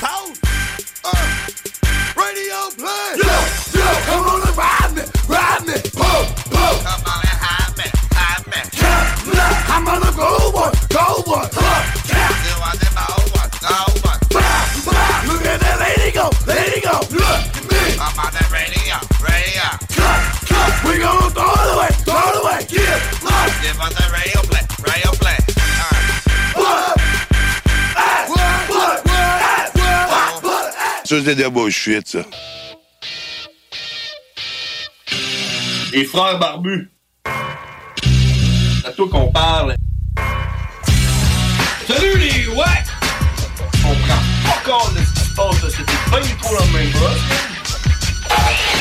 Pound! Uh, radio play! Yeah, yeah, come on and ride me, ride me! Pump, pump! Come on and hide me, hide me! Yeah, yeah, I'm on a gold one, gold one! Huh, yeah! You want them old ones, old ones! Blah, blah! Look at that lady go, lady go! Look at me! I'm on that radio, radio! Cut, cut! We gonna throw it away, throw it away! Give life! Give us that radio play, radio play! Uh. What? What? What? What? What? What? Ça, c'est de la bullshit, ça. Les frères barbus. C'est à toi qu'on parle. Salut les ouais! On prend pas compte de ce qui se passe, là. c'était pas du tout la même chose.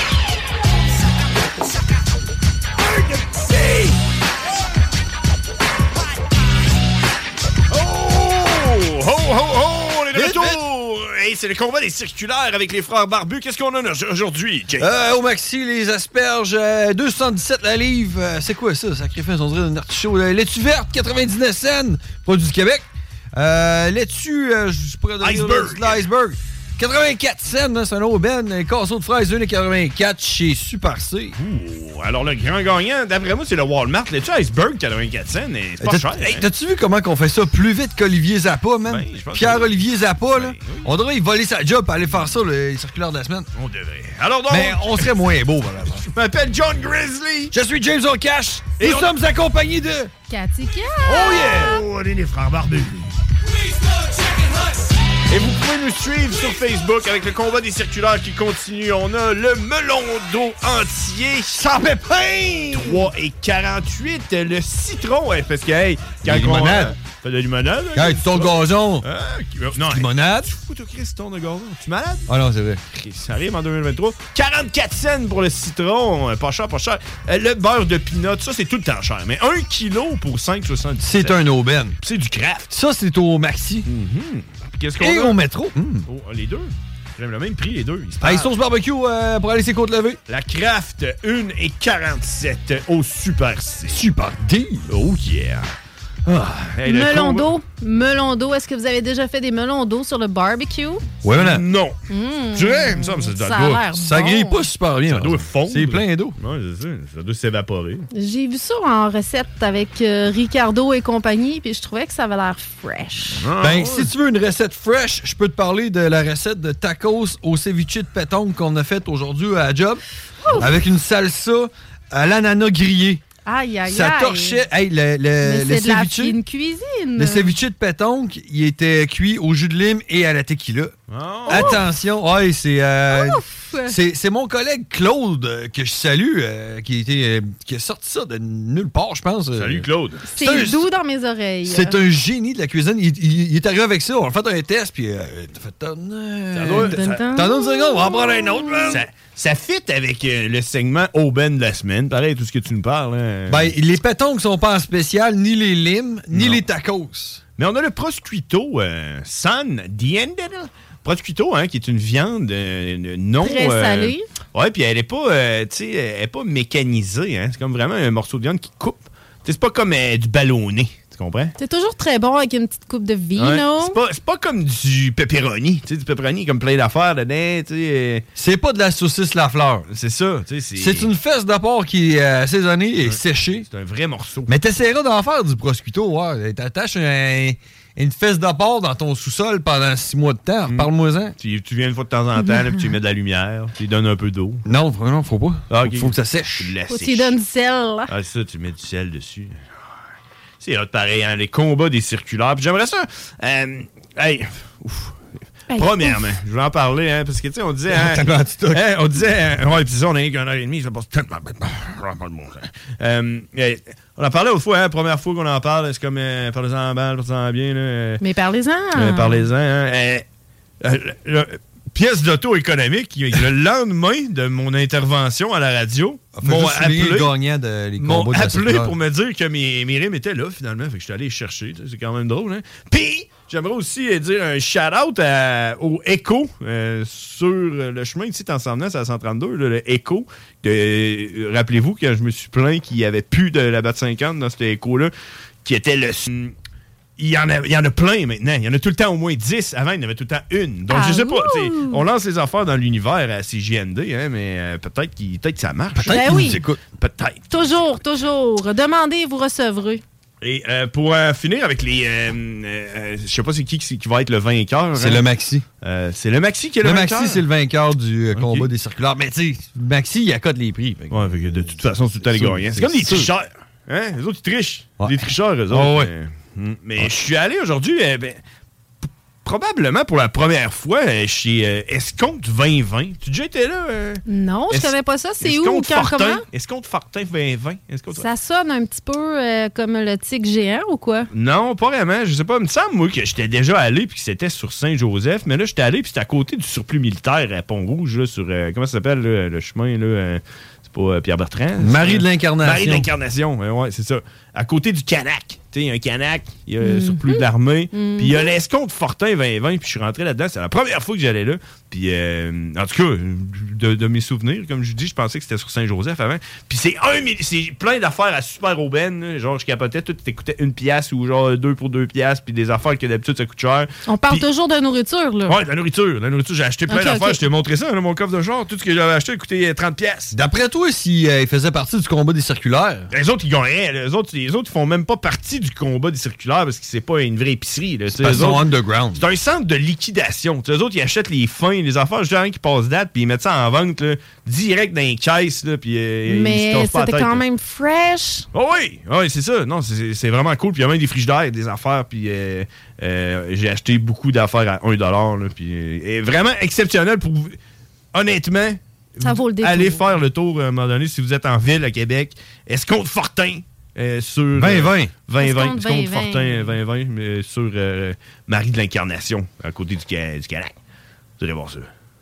Oh! Ho, ho, ho! On est de Vite, retour! Hey, c'est le combat des circulaires avec les frères barbus. Qu'est-ce qu'on a aujourd'hui, Jake? Euh, au maxi, les asperges, euh, 217 la livre. Euh, c'est quoi ça? Sacrifice, on dirait un artichaut. Euh, Laitue verte, 99 cents. Produit du Québec. Euh, laitue, euh, je je pourrais donner Iceberg. le nom de l'iceberg. 84 cents, hein, c'est un aubaine. Un Casseau de fraises, 1,84 chez Super C. Mmh, Ouh, alors le grand gagnant, d'après moi, c'est le Walmart. Le tu Iceberg 84 cents, et c'est pas T'as- cher. hey, hein? T'as-tu vu comment qu'on fait ça plus vite qu'Olivier Zappa, man? Ben, je pense que- Ben, Pierre-Olivier Zappa, là, on devrait y voler sa job et aller faire ça, le circulaire de la semaine. On devrait. Alors donc, Mais on serait moins beau, par exemple. je m'appelle John Grizzly. Je suis James O'Cash et nous on- sommes accompagnés de... Cathy Cat! Oh yeah! Oh, on est les frères barbus. Et vous pouvez nous suivre sur Facebook avec le combat des circulaires qui continue. On a le melon d'eau entier. Ça pépin! 3 et 48. Le citron, ouais, parce que, hey, quand Des on. limonades. euh, Fait de la limonade. hein, Hey, tu tournes ça. gazon! Ah, qui- euh, non, hey, Limonade? fous toi, Chris, tu tournes le gazon. Tu es malade? Ah non, c'est vrai. Chris, ça arrive en 2023. 44 cents pour le citron. euh, Pas cher, pas cher. Euh, Le beurre de pinot, ça, c'est tout le temps cher. Mais 1 kilo pour 5,77. C'est un aubaine. C'est du craft. Ça, c'est au maxi. Qu'est-ce qu'on Et a? au métro. Mm. Oh, les deux. J'aime le même prix, les deux. Ils se Hey, parlent. sauce barbecue euh, pour aller ses côtes levées. La Kraft 1 et 47 au Super C. Super deal. Oh yeah. Ah, hey, le Melon combat- d'eau. Melon d'eau. Est-ce que vous avez déjà fait des melons d'eau sur le barbecue? Ouais, madame. Non. Tu sais, il me semble que Mmh. Ça ça a doit- l'air Ça bon. grille pas super bien. Ça doit fondre. C'est plein d'eau. Ben, Ouais, c'est ça. Ça doit s'évaporer. J'ai vu ça en recette avec euh, Ricardo et compagnie, puis je trouvais que ça avait l'air fresh. Ah, Ben, ouais. si tu veux une recette fresh, je peux te parler de la recette de tacos au ceviche de pétanque qu'on a faite aujourd'hui à la Job. Avec une salsa à l'ananas grillé. Aïe, aïe, Ça aïe. torchait. Hey, le, Mais le, le c'est de la ceviche. fine euh. cuisine. Le ceviche de pétanque, il était cuit au jus de lime et à la tequila. Ah, Attention, ouais, c'est euh, Ouf! c'est c'est mon collègue Claude euh, que je salue euh, qui était euh, qui a sorti ça de nulle part, je pense. euh. Salut, Claude. C'est un- doux dans mes oreilles. C'est un génie de la cuisine. Il, il- il est arrivé avec ça. On a fait un test, puis euh, t'as fait. T'en Ça doit- donnes ça- Dun-dun. une seconde, on va en prendre un autre, man. Ça, ça fit avec euh, le segment Aubaine de la semaine. Pareil, tout ce que tu nous parles. hein. Ben, les pétanques sont pas en spécial, ni les limes, ni Non. les tacos. Mais on a le prosciutto euh, San Diendel. Prosciutto, hein, qui est une viande euh, euh, non... Très salée. ouais, puis elle est pas, euh, tu sais, elle est pas mécanisée. Hein, c'est comme vraiment un morceau de viande qui coupe. Tu sais, C'est pas comme euh, du ballonné. Tu comprends? C'est toujours très bon avec une petite coupe de vino. Ouais. C'est pas, c'est pas comme du pepperoni. Tu sais, du pepperoni, comme plein d'affaires dedans. euh, C'est pas de la saucisse la fleur. C'est ça. tu sais, C'est une fesse de porc qui est euh, assaisonnée et séchée. C'est un vrai morceau. Mais t'essaieras d'en faire du prosciutto. Ouais. T'attaches un- une fesse de porc dans ton sous-sol pendant six mois de temps. Mm. Parle-moi-en. Tu, tu viens une fois de temps en temps, là, puis tu y mets de la lumière, tu lui donnes un peu d'eau. Non, vraiment, faut pas. Ah, Faut que ça sèche. Tu la Faut que sèches. tu donnes du sel. là. Ah, ça, tu mets du sel dessus. C'est hot pareil, hein, les combats des circulaires. Puis j'aimerais ça. euh, hey, ouf. Hey, Premièrement, ouf. je voulais en parler, hein, parce que, tu sais, on disait. hein, Tellement de stock. hein, on disait. hein, ouais, puis ça, on a rien qu'un heure et demie, ça passe tellement vite. Ça n'a pas de bon sens. Euh, hey, on en parlait autrefois, hein, première fois qu'on en parle, c'est comme. Euh, parlez-en en balle, parlez-en bien, là. euh, Mais parlez-en. euh, Parlez-en. hein. Euh, euh, euh, pièce d'auto économique, le lendemain de mon intervention à la radio, Faut m'ont juste souligner appelé, le gagnant de- les m'ont combats de la appelé circulaire. pour me dire que mes, mes rimes étaient là, finalement. Fait que je suis allé les chercher. tu sais, C'est quand même drôle. Hein? Puis, j'aimerais aussi euh, dire un shout-out à- au Echo euh, sur euh, le chemin ici, en s'en venant, c'est à 132, là, le Echo. de- euh, Rappelez-vous quand je me suis plaint qu'il n'y avait plus de la batte 50 dans cet Echo-là, qui était le il y, en a, il y en a plein maintenant. Il y en a tout le temps au moins 10. Avant, il y en avait tout le temps une. Donc, Ah, je sais pas. tu sais, On lance les affaires dans l'univers à CJND, hein, mais euh, peut-être qu'il- peut-être que ça marche. Ben qu'ils oui. nous écoutent. Peut-être. Toujours, toujours. Demandez, vous recevrez. Et euh, pour euh, finir avec les. euh, euh, je sais pas c'est qui qui qui va être le vainqueur. C'est hein. le maxi. Euh, c'est le Maxi qui est le, Le vainqueur. maxi, c'est le vainqueur du euh, combat des circulaires. Mais tu sais, maxi, il accote les prix. Fait que- Ouais, fait que de toute façon, c'est tout le temps les Sûr, gagnants. C'est c'est comme des sûr. tricheurs. Hein? Les autres, ils trichent. Ouais. Des tricheurs, eux autres. Ah ouais. Euh, mm. Mais je suis allé aujourd'hui, euh, ben, p- probablement pour la première fois, euh, chez euh, Escompte 2020. Tu as déjà été là? euh? Non, je Est-ce- connais pas ça. C'est où, Escompte quand, Fortin. comment? Escompte Fortin 2020. Escompte- Ça sonne un petit peu euh, comme le tic géant ou quoi? Non, pas vraiment. Je sais pas. Il me semble, moi, que j'étais déjà allé puis que c'était sur Saint-Joseph. Mais là, j'étais allé puis c'était à côté du surplus militaire à Pont-Rouge, là, sur. euh, comment ça s'appelle, là, le chemin, là? euh, c'est pas euh, Pierre-Bertrand? Marie c'est- de l'Incarnation. Marie de l'Incarnation, ouais, ouais, c'est ça. À côté du Canac. Tu sais, il y a un Canac, il y a Mhm. le surplus de l'armée. Puis il y a l'escompte Fortin 2020. Puis je suis rentré là-dedans. C'est la première fois que j'allais là. Puis, euh, en tout cas, de, de mes souvenirs, comme je dis, je pensais que c'était sur Saint-Joseph avant. Puis c'est un mille- c'est plein d'affaires à super aubaine. là. Genre, je capotais, tout t'écoutais une pièce ou genre deux pour deux piastres. Puis des affaires que d'habitude ça coûte cher. On parle Puis- toujours de nourriture, là. Ouais, de la nourriture. de La nourriture, j'ai acheté plein Ok, d'affaires. ok. Je t'ai montré ça, là, mon coffre de genre. Tout ce que j'avais acheté coûtait euh, 30 pièces. D'après toi, s'il euh, faisait partie du combat des circulaires, Les autres, ils gagnent. Les autres, les autres, ils font même pas partie du combat des circulaires parce que c'est pas une vraie épicerie. là. C'est ils eux sont autres- underground. c'est un centre de liquidation. Les autres, ils achètent les fins, les affaires, juste rien qui passe date, puis ils mettent ça en vente là, direct dans les caisses. Là, puis, euh, ils se Mais cassent pas la c'était tête, quand là. même fresh. Ah oui, ah oui, c'est ça. Non, c'est c'est vraiment cool. Puis il y a même des frigidaires, des affaires. Puis euh, euh, j'ai acheté beaucoup d'affaires à 1$. Là, puis, euh, et vraiment exceptionnel pour. vous- Honnêtement, Ça vaut le détour. allez faire le tour euh, à un moment donné si vous êtes en ville à Québec. Escompte Fortin euh, sur. 20-20. 20-20. Escompte Escompte 20-20. Fortin 20-20 mais sur euh, Marie de l'Incarnation, à côté du, ca- du Canac. Vous allez voir ça.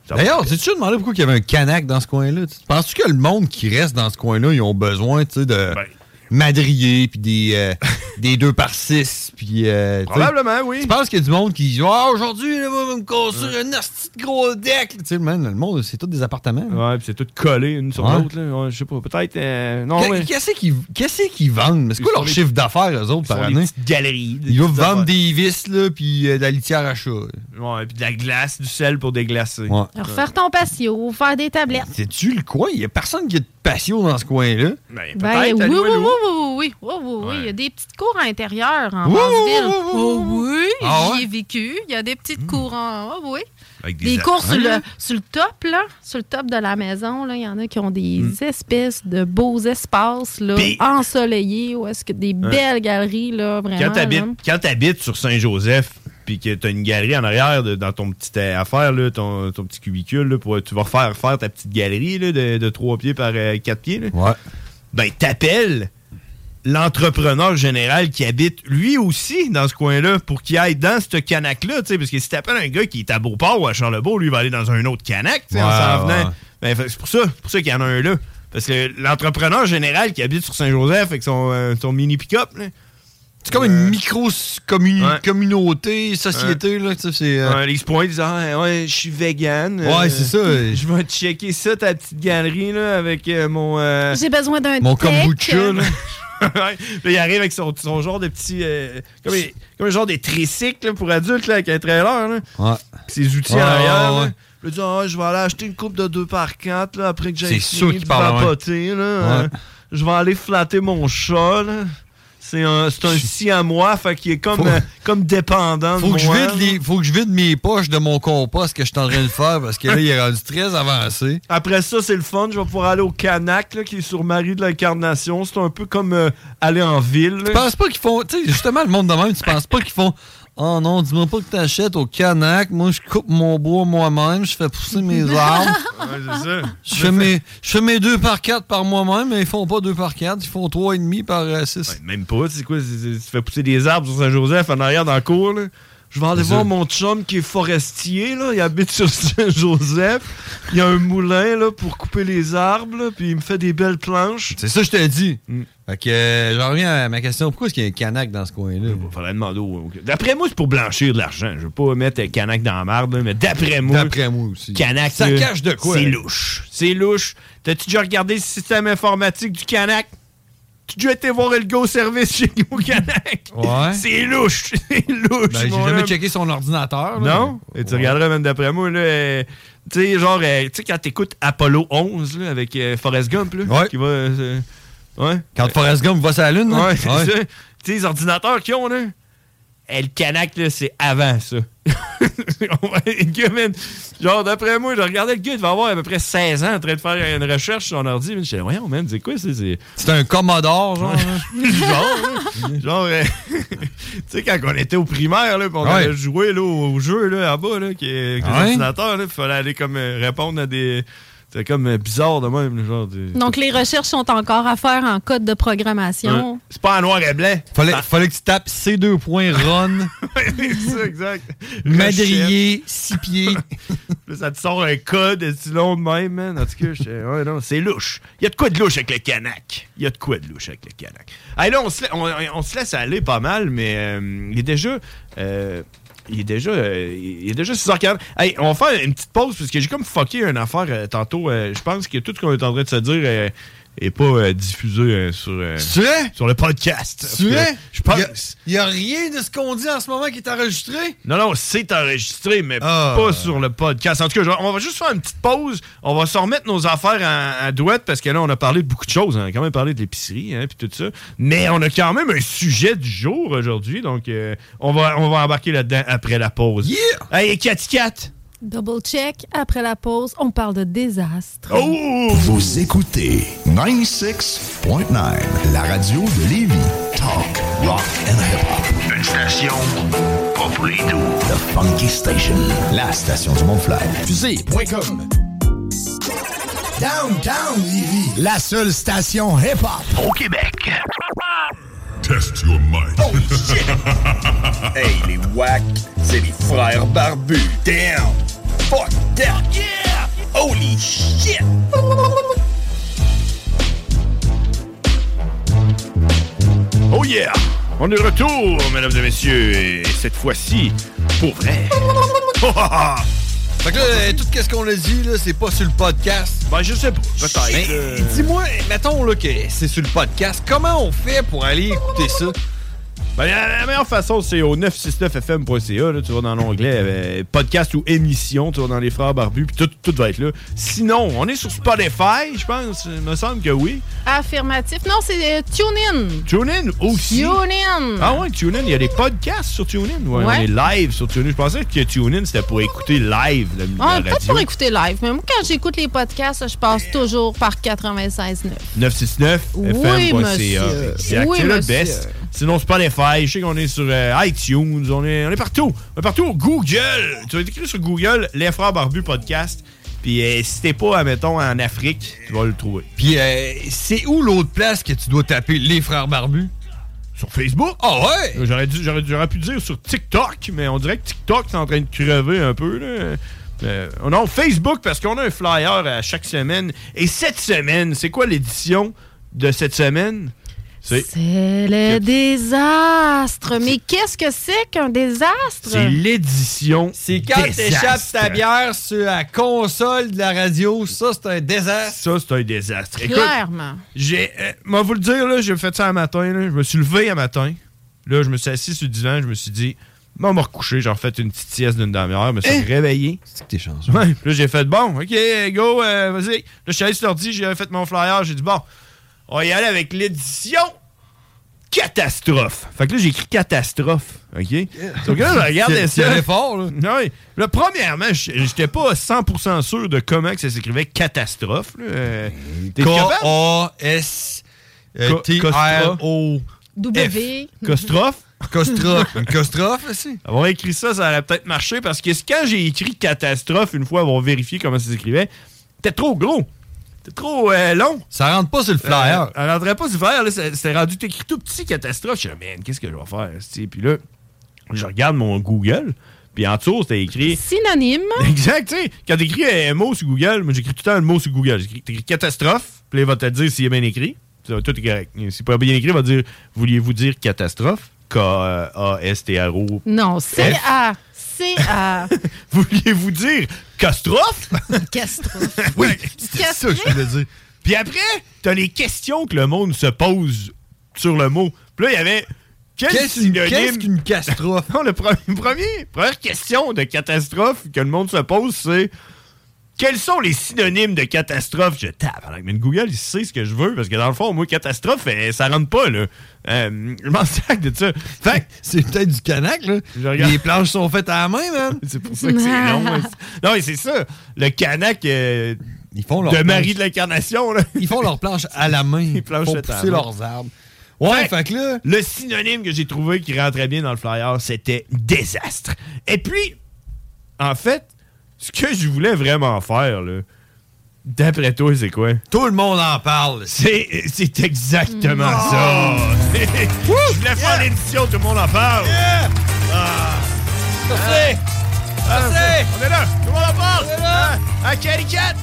Ça va- D'ailleurs, t'es-tu demandé pourquoi il y avait un canac dans ce coin-là? Tu- Penses-tu que le monde qui reste dans ce coin-là, ils ont besoin tu sais, de Ben. madrier, puis des, euh, des 2 par 6 puis... euh, tu sais, Probablement, oui. Tu penses qu'il y a du monde qui dit « Ah, aujourd'hui, là, va me construire un asti de gros deck! » Tu sais, man, le monde, c'est tous des appartements. là. Ouais, puis c'est tout collé une sur Ouais. l'autre. là. Ouais, je sais pas, peut-être. euh, non, Qu- ouais. Qu'est-ce qu'ils qu'est-ce qu'ils vendent? Mais C'est quoi Ils leur font des- chiffre d'affaires, eux autres, Ils par font des année? petites galeries. des Ils doivent petites vendre affaires. des vis, là, puis euh, de la litière à chat. là. Ouais, puis de la glace, du sel pour déglacer. Ouais. Refaire ton patio, faire des tablettes. C'est-tu le coin? Il y a personne qui a de patio dans ce coin-là. Ben, Ben, peut-être, oui, oui, allô, oui, allô. oui, oui, oui, oui, oui, Il y Ouais. a des petites cours à l'intérieur en Oui, Basse-Ville. oui, oui, oui, Oh oui, Ah ouais? j'y ai vécu. Il y a des Hmm. petites cours en... oh, oui. Avec Des a- cours sur Hein? le, sur le top, là. Sur le top de la maison, là. Il y en a qui ont des espèces de beaux espaces, là, Hmm. Puis- ensoleillés. Ou est-ce que des belles galeries, là, vraiment. Quand là. t'habites, quand t'habites sur Saint-Joseph, puis que t'as une galerie en arrière de- dans ton petit euh, affaire, là, ton, ton petit cubicule, là, pour, tu vas refaire faire ta petite galerie là, de, de 3 pieds par 4 pieds. là. Ouais. ben t'appelles l'entrepreneur général qui habite lui aussi dans ce coin-là pour qu'il aille dans ce canac-là, tu sais, parce que si t'appelles un gars qui est à Beauport ou à Charlebourg, lui, il va aller dans un autre canac, tu sais, en Ouais, s'en venant. ouais. Ben, fait- c'est pour ça, c'est pour ça qu'il y en a un là. Parce que l'entrepreneur général qui habite sur Saint-Joseph avec son, euh, son mini pick-up, là, C'est comme une micro-communauté, Euh, Ouais. société, là. tu sais, c'est, euh, euh, il se pointe disant Ah, Ouais, je suis vegan. euh, Ouais, c'est ça. euh, Je vais checker ça, ta petite galerie, là, avec euh, mon. euh, J'ai besoin d'un Mon tech. euh, kombucha, là. Ouais. Puis il arrive avec son, son genre de petit. euh, comme, les- comme un genre des tricycles là, pour adultes là, avec un trailer. Là. Ouais. Ses outils Ouais, en arrière. ouais, là. ouais. Il dit, Ah, je vais aller acheter une coupe de 2 par 4 là, après que j'ai C'est sûr qu'il parle, ouais. vapoter. là. Euh, Ouais. Je vais aller flatter mon chat. là. C'est un, c'est un si à moi, fait qu'il est comme, Faut- euh, comme dépendant de Faut que, je moi, vide là. les- faut que je vide mes poches de mon compost que je suis en train de faire parce que là, il est rendu très avancé. Après ça, c'est le fun. Je vais pouvoir aller au Canac, là, qui est sur Marie de l'Incarnation. C'est un peu comme euh, aller en ville. là. Tu penses pas qu'ils font. Tu sais, justement, le monde de même, tu penses pas qu'ils font. Oh non, dis-moi pas que t'achètes au Canac. Moi, je coupe mon bois moi-même. Je fais pousser mes arbres. Ouais, c'est ça. Je fais, mes, je fais mes 2 par 4 par moi-même, mais ils font pas 2 par 4. Ils font 3,5 par euh, 6. Même pas, tu sais quoi, c'est- c'est- tu fais pousser des arbres sur Saint-Joseph en arrière dans la cour, là. Je vais aller C'est voir ça. mon chum qui est forestier, là. Il habite sur Saint-Joseph. Il y a un moulin, là, pour couper les arbres, là, puis il me fait des belles planches. C'est ça que je t'ai dit. Mm. Fait que euh, j'en reviens à ma question. Pourquoi est-ce qu'il y a un Canac dans ce coin-là? Faudrait demander au- D'après moi, c'est pour blanchir de l'argent. Je veux pas mettre un canac dans la marde, là, mais d'après moi, D'après moi aussi. canac, Ça là, cache de quoi? C'est là? louche. C'est louche. T'as-tu déjà regardé le système informatique du canac? Tu déjà été voir le Go Service chez nous, Canac? Ouais. C'est louche. C'est louche. Ben, j'ai mon jamais homme. checké son ordinateur. là. Non? Et tu Ouais. regarderas même d'après moi, là. euh, tu sais, genre, euh, tu sais, quand t'écoutes Apollo 11, là, avec euh, Forrest Gump, là. Ouais. Qui va. euh, ouais. Quand Forrest Gump va sur la Lune. là? Ouais, c'est Ouais. ça. Tu sais, les ordinateurs qu'ils ont, là. eh, le Canac, là, c'est avant ça. le gars, man, genre, d'après moi, je regardais le gars, il va avoir à peu près 16 ans en train de faire une recherche sur son ordi. man. Je disais, voyons, man, c'est quoi, ça? C'est. C'est un Commodore, genre. là. genre, là, genre euh, tu sais, quand on était au primaire, là, pis on Ouais. allait jouer là, au au jeu là, en bas, là, qui est avec les Ouais. ordinateurs, là, pis fallait aller comme euh, répondre à des. C'était comme euh, bizarre de même, là, genre. des- Donc, les recherches sont encore à faire en code de programmation. Ouais. C'est pas en noir et blanc. Fallait, fallait que tu tapes ces deux points Ron, c'est ça, exact. Madrier, six pieds. Là, ça te sort un code si long de même, man. En tout cas, je- ouais, non, c'est louche. Il y a de quoi de louche avec le Canac. Il y a de quoi de louche avec le Canac. Hey, là, on se, la- on, on se laisse aller pas mal, mais euh, il est déjà. euh, il est déjà, euh, il est déjà 6h40. Hey, on va faire une petite pause parce que j'ai comme fucké une affaire euh, tantôt. Euh, je pense que tout ce qu'on est en train de se dire euh, est pas euh, diffusé euh, sur, euh, tu es? sur le podcast. Tu Parce que es? Je pense. Il n'y a, rien de ce qu'on dit en ce moment qui est enregistré? Non, non, c'est enregistré, mais Ah. pas sur le podcast. En tout cas, je- on va juste faire une petite pause. On va se remettre nos affaires en- en douette parce que là, on a parlé de beaucoup de choses. hein. On a quand même parlé de l'épicerie hein, puis tout ça. Mais on a quand même un sujet du jour aujourd'hui. Donc, euh, on, va, on va embarquer là-dedans après la pause. Yeah! Hey, Cathy Cat! Double check. Après la pause, on parle de désastre. Oh! Vous écoutez 96.9, la radio de Lévis. Talk, rock and hip-hop. Une station pas pour les doux. The Funky Station, la station du Mont-Flair. Fusée.com Downtown Lévis, la seule station hip-hop au Québec. Test your might. Oh shit! hey, les wack, c'est les frères barbus. Damn! Fuck that! Yeah! Holy shit! Oh yeah! On est de retour, mesdames et messieurs. Et cette fois-ci, pour vrai. Fait que là, euh, tout ce qu'on a dit, là, c'est pas sur le podcast. ben, je sais pas. Peut-être. Mais euh, dis-moi, mettons là, que c'est sur le podcast, comment on fait pour aller écouter ça? Ben, la, la meilleure façon, c'est au 969fm.ca. là, tu vas dans l'onglet euh, podcast ou émission. Tu vas dans les frères barbus. Puis tout, tout va être là. Sinon, on est sur Spotify, je pense. Il me semble que oui. Affirmatif. Non, c'est euh, TuneIn. TuneIn aussi. TuneIn. Ah ouais, TuneIn, il y a des podcasts sur TuneIn. Ouais, Ouais. On est live sur TuneIn. Je pensais que TuneIn, c'était pour écouter live la, la Ah, radio. peut-être pour écouter live, mais moi, quand j'écoute les podcasts, je passe toujours par 96.9. 969 Oui, fm.ca. monsieur. Exact. Oui, c'est le monsieur. best. Sinon, Spotify, je sais qu'on est sur euh, iTunes, on est, on est partout. On est partout. Google. Tu vas écrire sur Google Les Frères Barbus Podcast. Puis euh, si t'es pas, admettons, en Afrique, tu vas le trouver. Puis euh, c'est où l'autre place que tu dois taper les frères barbus? Sur Facebook. Ah ouais! J'aurais, dû- j'aurais, j'aurais pu dire sur TikTok, mais on dirait que TikTok, c'est en train de crever un peu. Là. Euh, non, Facebook, parce qu'on a un flyer à chaque semaine. Et cette semaine, c'est quoi l'édition de cette semaine? C'est C'est le désastre. Mais qu'est-ce que c'est qu'un désastre? c'est l'édition. C'est quand t'échappes ta bière sur la console de la radio, ça, c'est un désastre. Ça, c'est un désastre. Écoute, Clairement. J'ai, euh, moi, vous le dire, là, j'ai fait ça un matin. là. Je me suis levé un matin. Là, je me suis assis sur le divan. Je me suis dit, bon, on va recoucher. J'ai refait une petite sieste d'une demi-heure. Je me Hein? suis réveillé. C'est que t'es chanceux. Ouais. Puis Là, j'ai fait, bon, OK, go, euh, vas-y. Là, je suis allé sur l'ordi. J'ai fait mon flyer. J'ai dit, bon, on va y aller avec l'édition catastrophe. Fait que là, j'ai écrit catastrophe. OK? Donc là, je regardais C'est- ça. c'est fort, là. Ah Oui. Là, premièrement, j- j'étais pas 100% sûr de comment que ça s'écrivait catastrophe. là. Euh, t'es capable? K-A-S-T-R-O. W. Costrophe? Costrophe. Une costrophe, aussi. Avoir écrit ça, ça allait peut-être marcher parce que quand j'ai écrit catastrophe, une fois avoir vérifié comment ça s'écrivait, c'était trop gros. C'était trop euh, long. Ça rentre pas sur le flyer. Euh, elle rentrait pas sur le flyer. là, c'est- C'était rendu écrit tout petit catastrophe. Je suis man, qu'est-ce que je vais faire? esti? Puis là, je regarde mon Google. Puis en dessous, c'était écrit. Synonyme. Exact, tu sais. Quand t'écris un mot sur Google, moi j'écris tout le temps un mot sur Google. J'écris t'écris catastrophe, puis là, il va te le dire s'il est bien écrit. Ça va- Tout est correct. C'est pas bien écrit, il va dire Vouliez-vous dire catastrophe K-A-S-T-R-O. Non, C-A. C-A. Vouliez-vous dire catastrophe Catastrophe. Oui, c'était ça que je voulais dire. Puis après, t'as les questions que le monde se pose sur le mot. Puis là, il y avait. Quel Qu'est-ce qu'une- synonyme? qu'est-ce qu'une catastrophe? non, le pre- premier, première question de catastrophe que le monde se pose, c'est quels sont les synonymes de catastrophe? Je tape. Alors, mais Google, il sait ce que je veux, parce que dans le fond, moi, catastrophe, eh, ça rentre pas, là. Euh, je m'en sac de ça. Fait que C'est peut-être du canac, là. Je regarde. Les planches sont faites à la main, man. c'est pour ça que c'est long. hein. Non, mais c'est ça. Le canac euh, Ils font leurs de Marie planches- de l'Incarnation, là. Ils font leurs planches à la main. Ils planches font faites à la pousser main. leurs arbres. Ouais, fait que là, Le synonyme que j'ai trouvé qui rentrait bien dans le flyer, c'était désastre. Et puis, en fait, ce que je voulais vraiment faire, là, d'après toi, c'est quoi? tout le monde en parle. C'est, c'est exactement ça! je voulais faire l'édition, tout le monde en parle! Ah, on est là! Tout le monde en parle! Ah, À Calicat!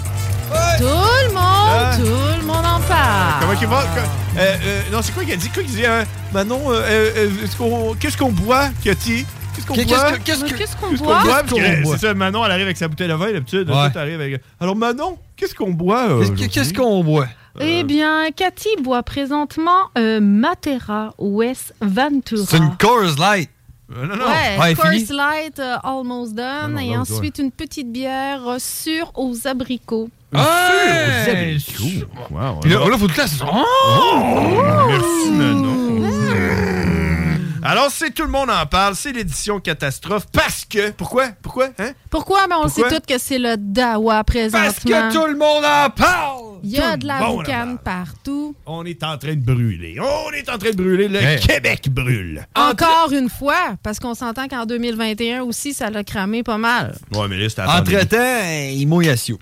Tout le monde, tout le monde en Comment parle. qu'il va? Qu- euh, euh, non, c'est quoi qu'il a dit? Quoi qu'il dit? hein? Manon, euh, euh, euh, est-ce qu'on- qu'est-ce qu'on boit, Cathy? Qu'est-ce qu'on Qu'est-ce boit? que- qu'est-ce que. Qu'est-ce qu'on Qu'est-ce qu'on boit? boit? Parce Qu'est-ce qu'on que, boit? C'est ça, Manon, elle arrive avec sa bouteille de vin d'habitude. Ouais. Toi, t'arrives avec. Alors, Manon, qu'est-ce qu'on boit? euh, qu'est-ce que- aujourd'hui? Qu'est-ce qu'on boit? Eh bien, Cathy boit présentement euh, Matera West Ventura. C'est une Coors Light. Euh, non, non. Ouais, Ouais, Coors fini. Light, euh, almost done. Non, non, et l'autre, ouais. ensuite, une petite bière euh, sûre aux abricots. Ouais! Cool. Wow, Puis là, alors- là, faut tout là, c'est- Oh! Ah, Merci, Manon. Alors, c'est tout le monde en parle, c'est l'édition catastrophe parce que. Pourquoi? Pourquoi? Hein? Pourquoi? Mais on Pourquoi? sait tous que c'est le dawa présentement. Parce que tout le monde en parle! Il y a tout de le la monde en boucane partout. On est en train de brûler. On est en train de brûler. Le Hey. Québec brûle. Encore une fois, parce qu'on s'entend qu'en 2021 aussi, ça l'a cramé pas mal. Ouais, mais là, c'est à la pandémie. Entre-temps, euh, il mouille à Sio.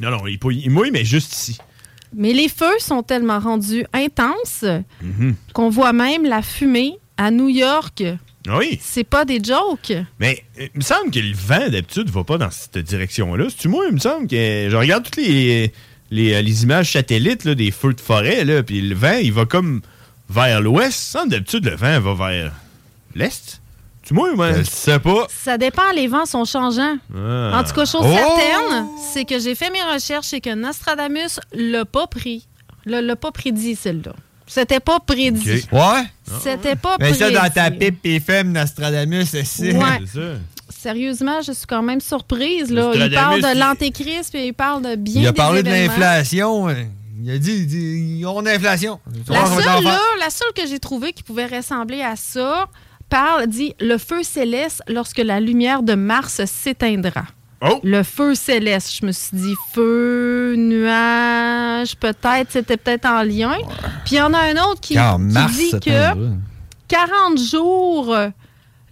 Non, non, il, mouille- il mouille, mais juste ici. Mais les feux sont tellement rendus intenses Mm-hmm. qu'on voit même la fumée à New York. Ah Oui, C'est pas des jokes. mais euh, il me semble que le vent, d'habitude, va pas dans cette direction-là. C'est-tu moi, il me semble que... Je regarde toutes les, les, euh, les images satellites là, des feux de forêt, là, puis le vent, il va comme vers l'ouest. Il me semble, d'habitude, le vent va vers l'est. Tu moi, moi? Je sais pas. Ça dépend, les vents sont changeants. Ah. En tout cas, chose Oh! certaine, c'est que j'ai fait mes recherches et que Nostradamus l'a pas pris. Le- L'a pas prédit, celle-là. C'était pas prédit. Ok. Ouais? C'était pas Ah. Mais prédit. ça dans ta pipe et femme Nostradamus, c'est Ouais. C'est ça. Sérieusement, je suis quand même surprise. Là. Il parle Nostradamus, de il- l'antéchrist puis il parle de bien Il a des parlé de événements. l'inflation. euh, Il a dit, il dit, on a inflation. La On va en seule, faire. là, la seule que j'ai trouvée qui pouvait ressembler à ça parle, dit le feu céleste lorsque la lumière de Mars s'éteindra. Oh! Le feu céleste, je me suis dit feu, nuage, peut-être, c'était peut-être en lien. Puis il y en a un autre qui, Quand qui Mars dit que s'éteindra. 40 jours, euh,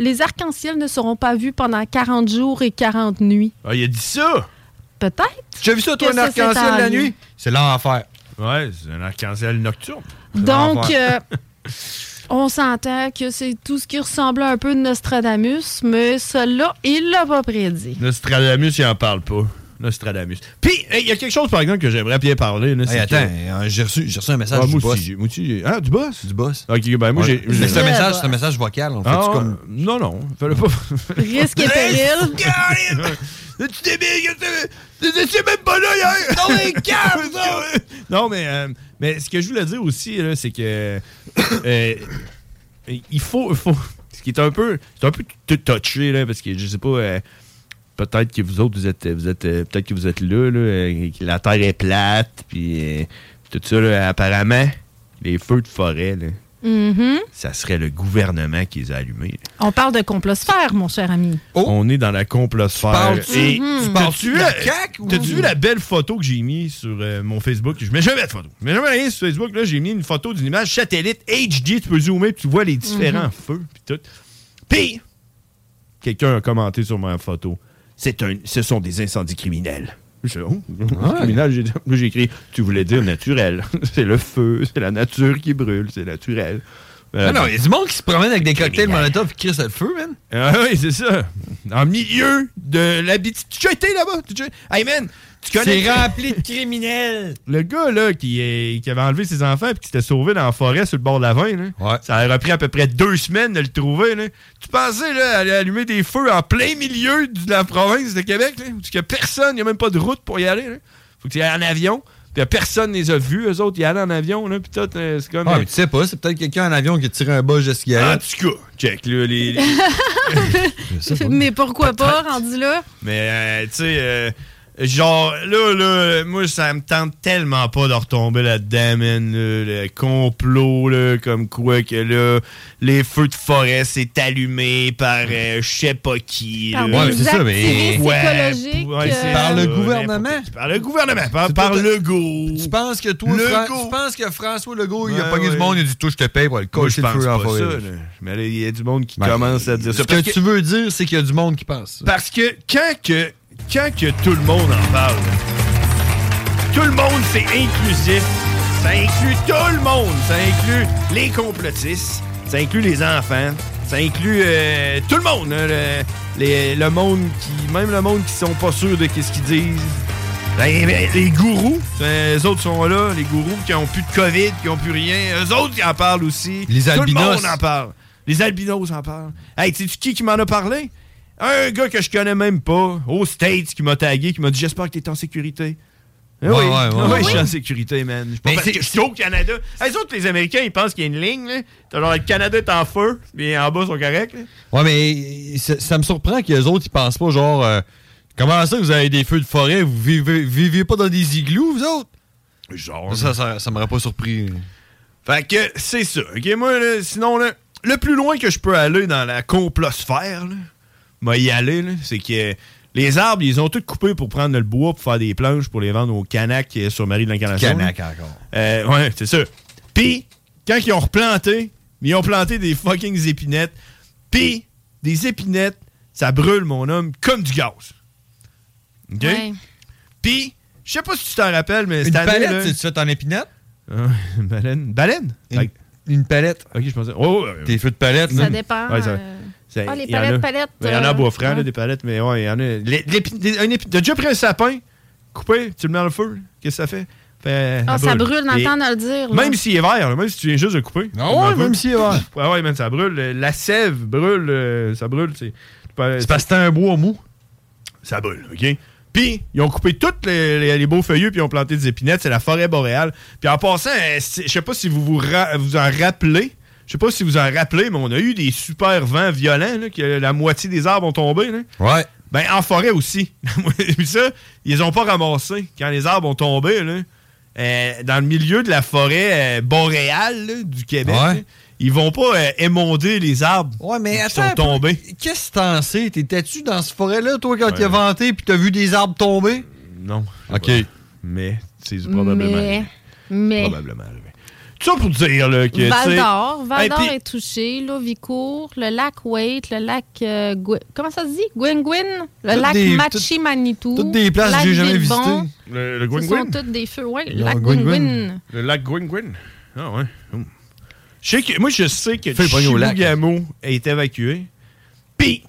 les arcs-en-ciel ne seront pas vus pendant 40 jours et 40 nuits. Ah, il a dit ça! Peut-être. Tu as vu ça, toi, que un ça, c'est arc-en-ciel en la nuit. nuit? C'est l'enfer. Ouais, c'est un arc-en-ciel nocturne. Donc, euh, on s'entend que c'est tout ce qui ressemblait un peu de Nostradamus, mais celle-là, il l'a pas prédit. Nostradamus, il en parle pas. Nostradamus. Puis, hey, il y a quelque chose, par exemple, que j'aimerais bien parler. là, Hey, c'est attends, que- euh, j'ai reçu, j'ai reçu un message Ah, du moi aussi, boss. j'ai- moi aussi, j'ai- Ah, du boss? Du boss. Ok, ben moi, j'ai- j'ai- Mais c'est un message, c'est un message vocal. On fait Ah, comme... Non, non. Fais-le pas. Risque et péril. hein. Tu débiles, tu n'étais même pas là hier! Non, mais calme, Non, mais, euh, mais ce que je voulais dire aussi, là, c'est que euh, il faut, il faut. Ce qui est un peu. C'est un peu t- touché, là, parce que je sais pas. euh, Peut-être que vous autres, vous êtes, vous êtes, euh, peut-être que vous êtes là, là, euh, que la terre est plate, puis euh, tout ça, là, apparemment, les feux de forêt, là, Mhm. ça serait le gouvernement qui les a allumés. là. On parle de complosphère, mon cher ami. On est dans la complosphère. parles-tu- Et Mhm. tu T'as-tu parles-tu de vu la la- CAQ ou- t'as-tu vu la belle photo que j'ai mise sur euh, mon Facebook? Je mets jamais de photo. Je mets jamais rien sur Facebook. Là, j'ai mis une photo d'une image satellite HD. Tu peux zoomer puis tu vois les différents Mhm. feux puis tout. Puis, quelqu'un a commenté sur ma photo. C'est un, ce sont des incendies criminels. Je, oh, criminel, j'ai, là, j'ai écrit, tu voulais dire naturel. c'est le feu, c'est la nature qui brûle, c'est naturel. Euh, Ah non, il y a du monde qui se promène avec des cocktails Molotov et qui crisse le feu, man. ah oui, c'est ça. En milieu de l'habitude. Tu as été là-bas? Tu as- Hey man, tu connais. C'est rempli de criminels. Le gars là qui, est- qui avait enlevé ses enfants et qui s'était sauvé dans la forêt sur le bord de la veine, là. ça a repris à peu près deux semaines de le trouver. là. Tu pensais là, aller allumer des feux en plein milieu de la province de Québec, là, où il n'y a personne, il n'y a même pas de route pour y aller. Là. Faut que tu y ailles en avion. Puis là, personne les a vus, eux autres, ils allaient en avion. Là, puis tout, euh, c'est comme. Ah, mais tu sais pas, c'est peut-être quelqu'un en avion qui a tiré un bas de en cigarette. tout cas, check là, les, les- Mais pourquoi pas, rendu là? Mais, euh, tu sais, euh, genre, là, là, moi, ça me tente tellement pas de retomber là-dedans, man. là, le complot, là, comme quoi que, là, les feux de forêt, c'est allumé par euh, je sais pas qui. Par des Ouais, là. mais c'est ça, mais- activistes écologiques, euh. c'est Par le ça, gouvernement. Par le gouvernement, par, par Legault. Tu penses que toi, Legault. Fran- tu penses que François Legault, il a Ouais, pogné ouais. du monde, il a dit, toi, je te paye pour le Moi, coacher je le pense feu en pas forêt. Ben, ça, là. Mais là, il y a du monde qui commence à dire ça. Ce que, Ben- Parce tu veux dire, c'est qu'il y a du monde qui pense. Parce que quand que, quand que tout le monde en parle, tout le monde, c'est inclusif. Ça inclut tout le monde. Ça inclut les complotistes. Ça inclut les enfants. Ça inclut euh, tout le monde. hein, le, les- le monde qui... Même le monde qui sont pas sûrs de qu'est-ce qu'ils disent. Les, les gourous, euh, eux autres sont là, les gourous qui ont plus de COVID, qui ont plus rien. Eux autres qui en parlent aussi. Les Tout le albinos. monde en parle. Les albinos en parlent. Hey, sais qui qui m'en a parlé? Un gars que je connais même pas, aux States, qui m'a tagué, qui m'a dit J'espère que t'es en sécurité. Eh Ouais, oui, ouais, ouais, Ah ouais. oui, je suis en sécurité, man. Je suis pas Mais parce c'est- que je suis au Canada. Les autres, les Américains, ils pensent qu'il y a une ligne. Là. T'as genre, le Canada est en feu, mais en bas, ils sont corrects. là. Ouais, mais euh, ça, ça me surprend que les autres, ils pensent pas, genre, euh, comment ça, vous avez des feux de forêt, vous vivez, vivez pas dans des igloos, vous autres? Genre. Ça, ça, ça m'aurait pas surpris. Fait que c'est ça. OK, moi, là, sinon, là, le plus loin que je peux aller dans la complosphère, là, moi, y aller, là, c'est que les arbres, ils ont tous coupé pour prendre le bois, pour faire des planches, pour les vendre aux Canacs euh, sur Marie de l'Incarnation. Canac là. encore. Euh, ouais, c'est sûr. Puis, quand ils ont replanté, ils ont planté des fucking épinettes. Puis, des épinettes, ça brûle, mon homme, comme du gaz. OK? Ouais. Puis, je sais pas si tu t'en rappelles, mais Une cette année, palette, là- tu tu fais en épinette? ah, une baleine. Une Baleine? Une, palette. Ok, je pensais. Oh, Des feux de palette, Ça dépend, euh, ah, les palettes, palettes, Il y en a à euh, Bois-Franc, ouais. là, des palettes, mais ouais, il y en a. Les- l'épi- des- un épi- T'as déjà pris un sapin, coupé, tu le mets dans le feu, qu'est-ce que ça fait? Fait, Ah, ça brûle, dans le Et- temps de le dire. là. Même s'il est vert, là, même si tu viens juste de le couper. Ah ouais, même s'il est vert. Ouais, ouais, même ça brûle. Euh, La sève brûle, euh, ça brûle. C'est C'est parce que t'as un bois mou. ça brûle, OK? Puis, ils ont coupé tous les, les- les beaux feuillus, puis ils ont planté des épinettes. C'est la forêt boréale. Puis en passant, euh, c'est- je sais pas si vous vous, ra- vous en rappelez. Je sais pas si vous en rappelez, mais on a eu des super vents violents, là, que la moitié des arbres ont tombé. là. Ouais. Ben, en forêt aussi. Puis ça, ils ont pas ramassé quand les arbres ont tombé. là. Euh, dans le milieu de la forêt euh, boréale là, du Québec, Ouais. là, ils vont pas euh, émonder les arbres Ouais, mais qui sont attends un peu. tombés. Qu'est-ce que t'en sais? T'étais-tu dans ce forêt-là, toi, quand Ouais. il a venté puis t'as vu des arbres tomber? Non. OK. Mais, c'est probablement. Mais, mais Probablement. là, mais- Tout ça pour dire là, Ah, ben, que. tu Eh. Val sais- d'Or, Val Hey, d'Or puis- est touché, Lovicourt, le lac Waite, le lac euh, Gwe- comment ça se dit, Gwenguin, le Toutes lac des- Machi Manitou, toutes des places que lac j'ai jamais Villebon. visitées. Le, le Ce Gwingwin? sont toutes des feux, ouais, le Le lac Gwenguin. Gwenguin. Le lac Gwingwin. Ah ouais. Hmm. Je sais que, moi, je sais que Fais le pognon au lac. Chibougamau est évacué. Puis,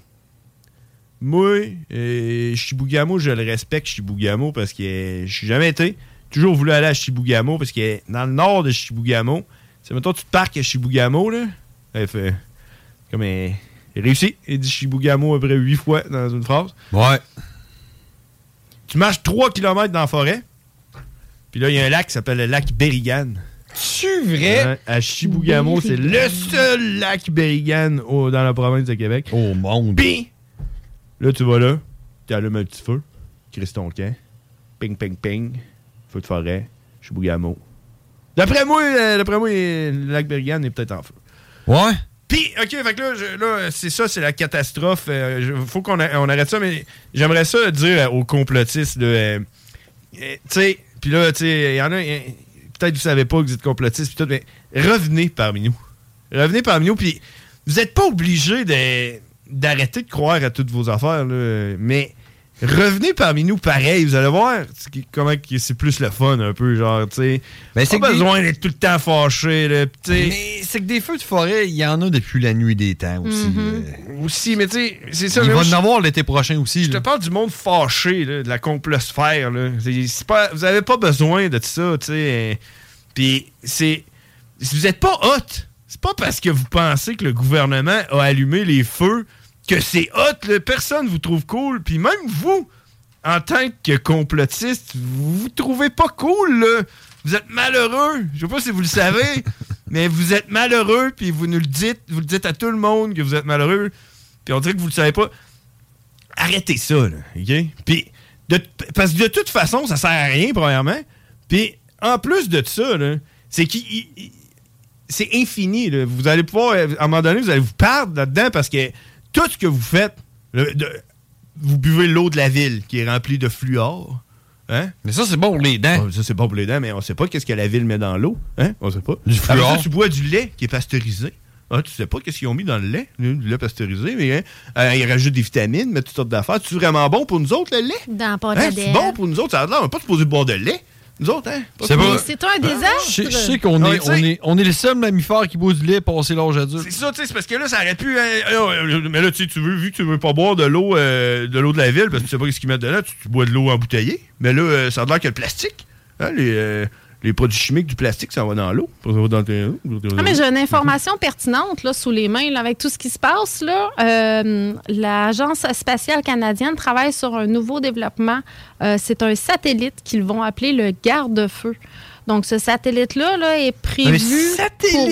Moi, euh, Shibugamo, je le respecte, Shibugamo, parce que euh, je suis jamais été. Toujours voulu aller à Shibugamo, parce que euh, dans le nord de Shibugamo, c'est mettons, tu te parques à Shibugamo, là. Elle fait. Comme elle. elle réussit. Elle dit Shibugamo après huit fois dans une phrase. Ouais. Tu marches 3 km dans la forêt. Puis là, il y a un lac qui s'appelle le lac Berrigan. C'est vrai? à Shibugamo, c'est le seul lac Berrigan au- dans la province de Québec. Au monde. Puis, là, tu vas là, tu allumes un petit feu, crisses ton camp, ping, ping, ping, feu de forêt, Shibugamo. D'après moi, euh, d'après moi, euh, le lac Berrigan est peut-être en feu. Ouais. Puis, OK, fait que là, je- là, c'est ça, c'est la catastrophe. Euh, je- faut qu'on a- on arrête ça, mais j'aimerais ça dire euh, aux complotistes, là, euh, euh, tu sais, puis là, tu sais, il y en a, euh, peut-être vous savez pas que vous êtes complotistes, puis tout, mais revenez parmi nous. Revenez parmi nous, puis vous n'êtes pas obligés de- d'arrêter de croire à toutes vos affaires, là, mais revenez parmi nous pareil, vous allez voir c'est qui- comment que c'est plus le fun, un peu, genre, tu sais. Ben, c'est pas que des- besoin d'être tout le temps fâché, là, puis tu sais. Mais c'est que des feux de forêt, il y en a depuis la nuit des temps aussi. Mhm. euh. Aussi, mais tu sais, c'est ça. Il mais va moi, en je- avoir l'été prochain aussi. Je te parle du monde fâché, là, de la complosphère. Là. C'est- c'est pas- vous avez pas besoin de ça, tu sais. hein. Puis c'est. Si vous êtes pas hot, c'est pas parce que vous pensez que le gouvernement a allumé les feux que c'est hot, là. personne vous trouve cool. Puis même vous, en tant que complotiste, vous vous trouvez pas cool, là. Vous êtes malheureux. Je sais pas si vous le savez, mais vous êtes malheureux, puis vous nous le dites. Vous le dites à tout le monde que vous êtes malheureux. Puis on dirait que vous le savez pas arrêtez ça, là, OK? Puis, de- parce que de toute façon, ça sert à rien, premièrement. Puis, en plus de ça, là, c'est qu'il... il- il- C'est infini, là. Vous allez pouvoir... euh, À un moment donné, vous allez vous perdre là-dedans parce que tout ce que vous faites... le- de- vous buvez l'eau de la ville qui est remplie de fluor. Hein? Mais ça, c'est bon pour les dents. ça, c'est bon pour les dents, mais on sait pas qu'est-ce que la ville met dans l'eau. Hein? On sait pas. Du fluor. tu bois du lait qui est pasteurisé. Ah, tu sais pas qu'est-ce qu'ils ont mis dans le lait, le le lait pasteurisé, mais hein, euh, ils rajoutent des vitamines, mais toutes sortes d'affaires. C'est vraiment bon pour nous autres, le lait? Dans pas Hein, c'est bon pour nous autres, ça a l'air, on n'est pas supposé boire de lait. Nous autres, hein? C'est supposé- pas- Ah, C'est un désastre. Je sais- je Ah, sais qu'on Non, est, tu on sais- est, on est le seul mammifère qui boit du lait passé l'âge adulte. C'est ça, tu sais, c'est parce que là, ça aurait pu. hein, euh, euh, mais là, tu sais, tu veux, vu que tu veux pas boire de l'eau euh, de l'eau de la ville, parce que tu sais pas ce qu'ils mettent dedans, tu, tu bois de l'eau embouteillée. Mais là, euh, ça a l'air que le plastique. hein, les, euh, les produits chimiques du plastique, ça va dans l'eau. Ça va dans tes- Ah, mais j'ai une information pertinente là, sous les mains là, avec tout ce qui se passe. là. Euh, L'Agence spatiale canadienne travaille sur un nouveau développement. Euh, C'est un satellite qu'ils vont appeler le garde-feu. Donc, ce satellite-là là, est prévu pour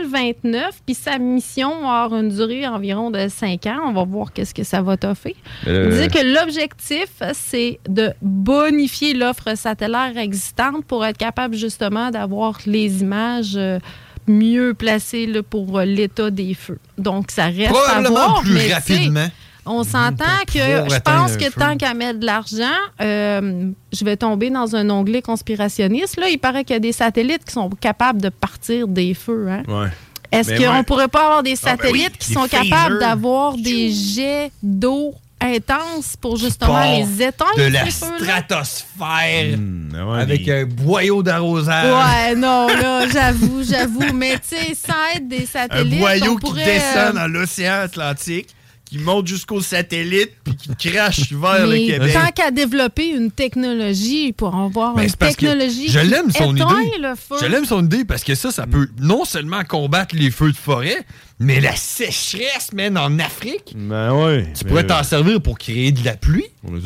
2029, puis sa mission va avoir une durée environ de 5 ans. On va voir qu'est-ce que ça va t'offrir. Euh, Il dit que l'objectif, c'est de bonifier l'offre satellaire existante pour être capable justement d'avoir les images euh, mieux placées là, pour euh, l'état des feux. Donc, ça reste à Probablement voir. plus mais tu sais, ah, rapidement. On s'entend que pouvoir je atteindre pense un que feu. tant qu'à mettre de l'argent, euh, je vais tomber dans un onglet conspirationniste. Là, il paraît qu'il y a des satellites qui sont capables de partir des feux. hein. Ouais. Est-ce Ben Mais qu'on moi- pourrait pas avoir des Ah, ben oui, satellites qui des sont phasers. capables d'avoir des jets d'eau intenses pour justement Bon, les éteindre? De la ces feux-là? stratosphère. Hmm, avec euh, un boyau d'arrosage. Ouais, non, là, j'avoue, j'avoue. Mais tu sais, sans être des Un satellites, boyau on qui pourrait... descend euh, dans l'océan Atlantique, qui monte jusqu'au satellite, puis qui crache vers le mais Québec. tant qu'à développer une technologie pour avoir Ben, une c'est parce que technologie je qui l'aime son éteint idée. le feu. Je l'aime son idée parce que ça, ça peut non seulement combattre les feux de forêt, mais la sécheresse, même en Afrique. Ben ouais. Tu pourrais t'en servir pour créer de la pluie.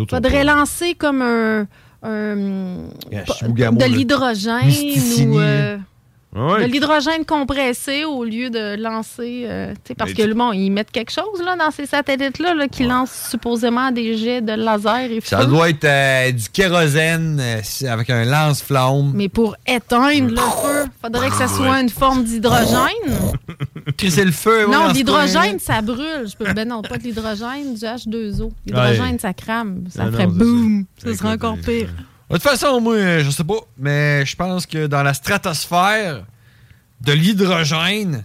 Faudrait lancer comme un... un- Yeah, pas- Shibugamo, de là. l'hydrogène Mysticini. ou... euh, Ouais. De l'hydrogène compressé au lieu de lancer. euh, tu sais, parce Mais que tu- le bon, ils mettent quelque chose là, dans ces satellites-là là, qui lancent supposément des jets de laser et Ça feu. doit être euh, du kérosène euh, avec un lance-flamme. Mais pour éteindre le Hmm. feu, faudrait Ah, que ça soit une forme d'hydrogène. Crisser le feu. non, l'hydrogène, l'hydrogène. ça brûle. Je peux... Ben non, pas de l'hydrogène, du H2O. Ah, L'hydrogène, ouais. ça crame. Ça Ah, non, ferait c'est ça. boum. Ça serait encore pire. De toute façon, moi, euh, je sais pas, mais je pense que dans la stratosphère de l'hydrogène,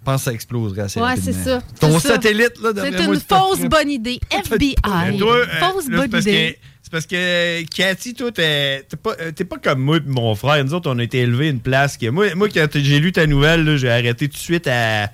je pense que ça exploserait assez Ouais, rapidement. c'est ça. Ton C'est ça. satellite, là, C'est d'après moi, une fausse bonne idée. Mais FBI. toi, euh, Fausse là, c'est bonne parce idée. que- C'est parce que, Cathy, toi, t'es t'es pas, euh, t'es pas comme moi et mon frère. Nous autres, on a été élevés à une place que. Moi, moi quand j'ai lu ta nouvelle, là, j'ai arrêté tout de suite à,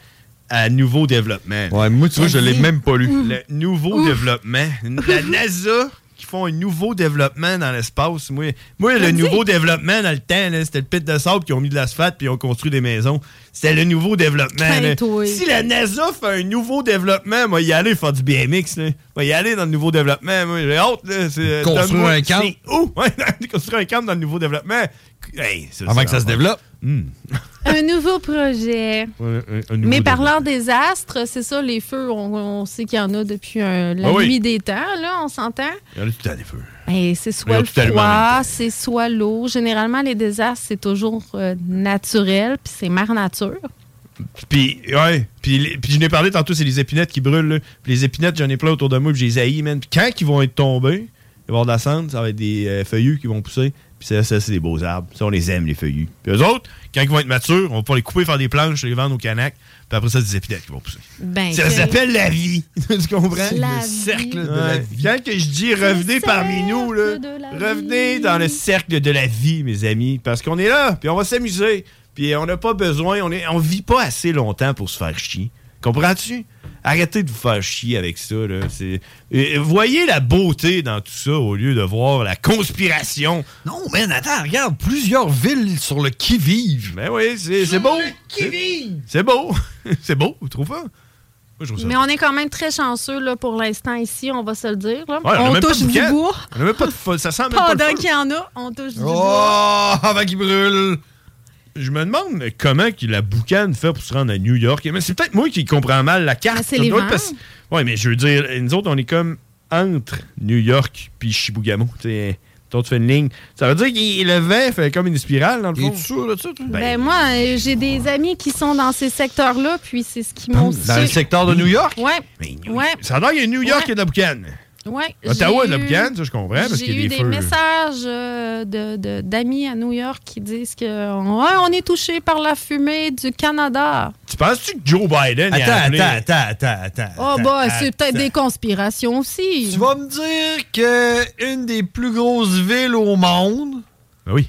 à Nouveau Développement. Ouais, moi, tu vois, je l'ai même pas lu. Mmh. Le Nouveau Ouf. Développement. La NASA qui font un nouveau développement dans l'espace. Moi, moi le nouveau développement, dans le temps, là, c'était le pit de sable qui ont mis de l'asphalte puis ils ont construit des maisons. C'était le nouveau développement. là. Crains-toi. Si la NASA fait un nouveau développement, moi, y aller faire du BMX. Là. Moi, y aller dans le nouveau développement. Moi, j'ai hâte. Là, c'est, euh, Construire donne-moi- un camp. C'est où? Ouais, construire un camp dans le nouveau développement. Hey, Avant que ça se développe. Un nouveau projet. Mais parlant des astres, c'est ça, les feux, on, on sait qu'il y en a depuis un- la Ah oui. nuit des temps, là, on s'entend. Il y en a tout le temps des feux. Et c'est Il y soit en a le tout tellement en même froid, c'est soit l'eau. Généralement, les désastres, c'est toujours euh, naturel, puis c'est mère nature. Puis, ouais. Puis, les- puis je n'ai parlé tantôt, c'est les épinettes qui brûlent. là. Puis les épinettes, j'en ai plein autour de moi. Puis je les haïs, man. Puis quand ils vont être tombés, ils vont avoir de la cendre. Ça va être des euh, feuillus qui vont pousser. Puis ça, ça, c'est des beaux arbres. Ça, on les aime, les feuillus. Puis eux autres, quand ils vont être matures, on va pouvoir les couper, faire des planches, les vendre au canac. Puis après ça, c'est des épinettes qui vont pousser. Ben, ça que- s'appelle la vie. tu comprends? La Le vie. cercle de Ouais. la vie. Quand que je dis revenez parmi nous, là, revenez dans le cercle de la vie, mes amis, parce qu'on est là, puis on va s'amuser. Puis on n'a pas besoin, on est, on vit pas assez longtemps pour se faire chier. Comprends-tu? Arrêtez de vous faire chier avec ça. Là. C'est- Et- et voyez la beauté dans tout ça au lieu de voir la conspiration. Non, mais attends, regarde, plusieurs villes sur le qui-vive. Mais Ben oui, c'est c'est beau. C'est- C'est beau. c'est beau, tu trouves pas? Moi, je trouve ça Mais on est quand même très chanceux là, pour l'instant ici, on va se le dire. là. Ouais, a on même pas touche de du boucan. bois. On a même pas de fo- Ça sent même pas le Pendant feu. qu'il y en a, on touche du bois. Oh, avant qu'il brûle. Je me demande comment qu'il la boucane fait pour se rendre à New York. Mais c'est peut-être moi qui comprends mal la carte. Mais Ah, c'est Ça les doit vents. être Ouais, mais je veux dire, nous autres, on est comme entre New York puis Shibugamo. Tu sais, toi, tu fais une ligne. Ça veut dire que le vent fait comme une spirale, dans le fond. T'es sûr de ça, toi? Ben, moi, euh, j'ai des amis qui sont dans ces secteurs-là, puis c'est ce qui m'ont Dans le secteur de New York? Ouais. Ben, ouais. Ça a l'air qu'il y a New York Ouais. et de la boucane. Ouais, Ottawa j'ai et de la eu- boucane, ça, je comprends, parce qu'il y a J'ai eu des des feux. messages euh, de- de- d'amis à New York qui disent que ouais, on est touché par la fumée du Canada. Tu penses-tu que Joe Biden. il a Attends, appelé- attends, attends, attends, attends. Oh, bah, attends. c'est peut-être des conspirations aussi. Tu vas me dire que une des plus grosses villes au monde euh, oui.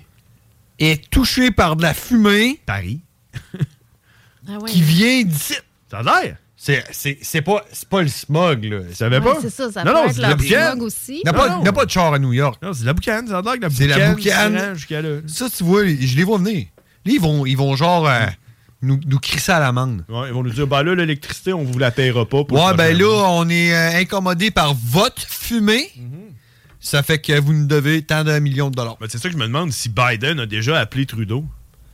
est touchée par de la fumée. Paris. Ah ouais. Qui vient d'ici. Ça a l'air. C'est, c'est, c'est pas, c'est pas le smog, là. Tu savais Ouais, pas? c'est ça, ça peut être c'est la la boucane. smog aussi. Il n'y a, Non, pas- non. il y a pas de char à New York. Non, c'est la boucane. Ça a l'air que la C'est la boucane se rend boucane. jusqu'à là. Ça, tu vois, je les vois venir. Là, ils vont, ils vont genre euh, nous, nous crisser à l'amende. Ouais, ils vont nous dire, ben là, l'électricité, on vous la payera pas. Pour Ouais, ben là, on est euh, incommodé par votre fumée. Mm-hmm. Ça fait que vous nous devez tant de millions de dollars. Ben, c'est ça que je me demande si Biden a déjà appelé Trudeau.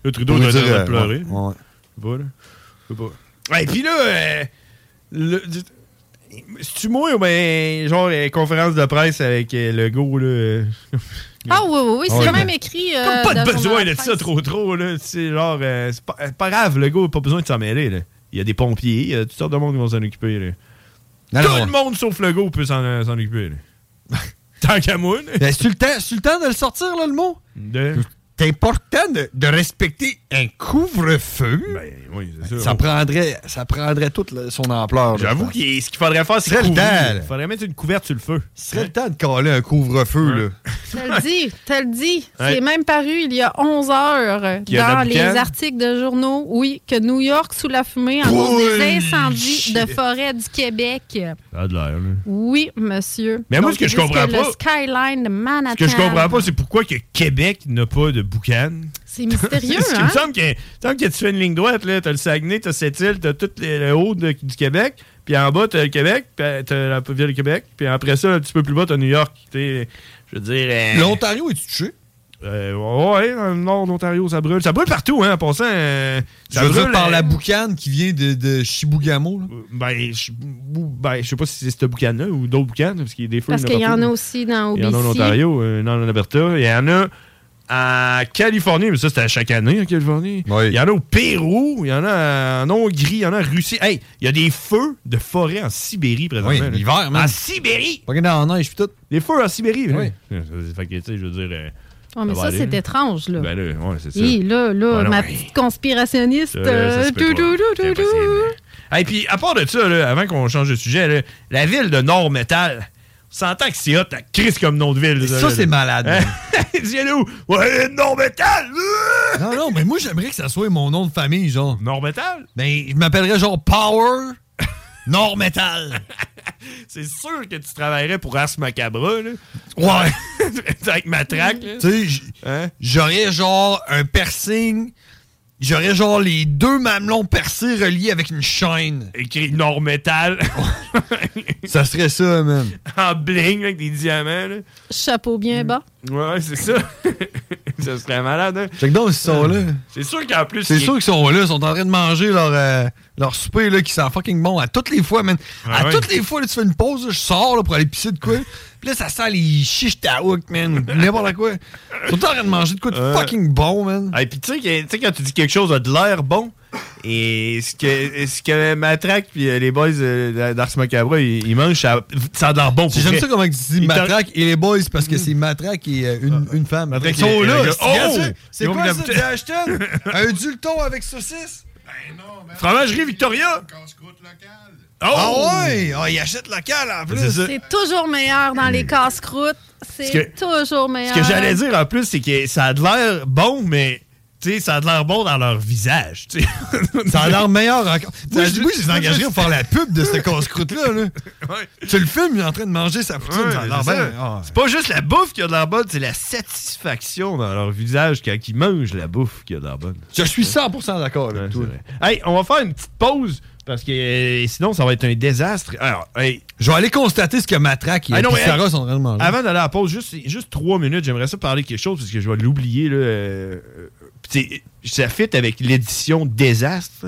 Le Trudeau Pour doit lui dire, dire, euh, pleurer. ouais, Ouais. Voilà. Je sais pas. Ouais, puis là, euh, le- c'est-tu moi ou ben, genre, euh, conférence de presse avec euh, le go, là. euh, Ah oui, oui, oui, c'est Ouais, quand mais- même écrit. euh, Comme pas dans de le besoin journal de ça trop trop, là. C'est genre, euh, c'est pas, euh, pas grave, le gars, pas besoin de s'en mêler, là. Il y a des pompiers, il y a toutes sortes de monde qui vont s'en occuper, là. Non, Tout non. le monde sauf le go peut s'en euh, s'en occuper, là. Tant qu'à moi, là. Ben, c'est-tu le, temps- c'est-tu le temps de le sortir, là, le mot? De- C'est important de, de respecter un couvre-feu. Ben, oui, c'est sûr. ça, prendrait, ça prendrait toute le- son ampleur. là, J'avoue je pense. qu'il ce qu'il faudrait faire, c'est Serait le couvrir. temps, là. faudrait mettre une couverte sur le feu. Ce serait le temps de caler un couvre-feu, là. T'as le dit, t'as le dit. Ouais. C'est même paru il y a 11 heures euh, Qu'il y a de la dans les boucane. articles de journaux. Oui, que New York, sous la fumée, en cause des incendies de forêt du Québec. Ça a de l'air, là. Oui, monsieur. Mais moi, Donc, ce que ils je disent comprends Le skyline de Manhattan. Ce que je comprends pas, c'est pourquoi que Québec n'a pas de boucan. C'est mystérieux, Parce qu'il hein? me semble que, il me semble que tu fais une ligne droite, là. T'as le Saguenay, t'as Sept-Îles, t'as tout le le haut de- du Québec, puis en bas, t'as le Québec, puis euh, t'as la ville du Québec, puis après ça, un petit peu plus bas, t'as New York. T'es- je veux dire. euh, L'Ontario est-tu touché? euh, ouais, dans le nord de l'Ontario, ça brûle. Ça brûle partout, hein, en passant. euh, Je ça veux dire brûle, par euh, la boucane qui vient de, de Shibugamo, là. Ben, je, ben, je sais pas si c'est ce boucan-là ou d'autres boucans, parce qu'il y a des feux. Parce qu'il y en partout. a aussi dans OBC. Il y en a en Ontario, euh, il y en a en Alberta, il y en a en Californie, mais ça c'était à chaque année en Californie. Il y en a au Pérou, il y en a en Hongrie, il y en a en Russie. Hey, il y a des feux de forêt en Sibérie présentement. Oui, là. l'hiver, man. En Sibérie! Pas dans la neige, puis tout. Des feux en Sibérie, là. Oui. Fait que, tu sais, je veux dire. euh, Ouais, Oh, mais va ça, aller, c'est là. étrange, là. Ben là, ouais, c'est ça. Hi, là, là, Ah non, ma hey. petite conspirationniste. Ça, là, ça se euh, dou- peut pas. dou- dou- C'est dou- dou. impossible. Et puis, à part de ça, là, avant qu'on change de sujet, là, la ville de Nord Metal, s'entend que c'est hot, la crise comme nom de ville. Ça, c'est malade. Dis-le où? Ouais, Normétal! non, non, mais moi, j'aimerais que ça soit mon nom de famille, genre. Normétal? Ben, je m'appellerais genre Power Normétal. c'est sûr que tu travaillerais pour Ars Macabra, là. Ouais. Avec ma traque, là. Hein? Tu sais, j- j'aurais genre un piercing. J'aurais genre les deux mamelons percés reliés avec une chaîne. Écrit Normétal. ça serait ça, man. en bling, avec des diamants, là. Chapeau Mm. bien bas. Ouais, c'est ça. ça serait malade, hein. Check donc, ils sont là. C'est sûr qu'en plus... C'est il- sûr qu'ils sont là, ils sont en train de manger leur, euh, leur souper là, qui sent fucking bon à toutes les fois, man. à Ah ouais. toutes les fois, là, tu fais une pause, là, je sors là, pour aller pisser de quoi. Puis là, ça sent les chiches taouk, man. N'importe quoi. Ils sont en train de manger de quoi de Ouais. fucking bon, man. Ah, et puis tu sais que- tu sais, quand tu dis quelque chose a de l'air bon, et ce que, ce que Matraque puis euh, les boys euh, d'Ars Macabra, ils, ils mangent, ça, ça a de l'air bon. pour J'aime vrai. ça comment tu dis Ils t'en- Matraque et les boys parce que c'est Matraque et euh, une, une femme. Matraque Ils sont et- là. et- c'est- Oh! regarde ça. C'est Ils ont quoi mis ça, la dit Ashton? Un dulton avec saucisse? Fromagerie Victoria! Oh! Ah ouais! Ah, ils achètent local en plus. C'est ça. C'est toujours meilleur dans les casse-croûtes. C'est Mm. que- toujours meilleur. Ce que j'allais dire en plus, c'est que ça a de l'air bon, mais tu sais, ça a de l'air bon dans leur visage. tu sais. Ça a l'air meilleur encore. Moi, Ça je, a moi, juste- je les engagerais pour faire la pub de ce casse-croûte-là. Là. Tu le filmes, il est en train de manger sa poutine. Ouais, ça a l'air c'est bien. ça. Ah, C'est pas juste la bouffe qui a de l'air bonne, c'est la satisfaction dans leur visage quand ils mangent la bouffe qui a de l'air bonne. Je suis 100% d'accord avec toi. Hey, on va faire une petite pause parce que euh, sinon ça va être un désastre. Alors, hey, Je vais aller constater ce que Matraque et Ah non, mais- Sarah sont en train de manger. Avant d'aller à la pause, juste, juste trois minutes, j'aimerais ça parler de quelque chose parce que je vais l'oublier. là, euh, euh, pis c'est- ça fit avec l'édition Désastre.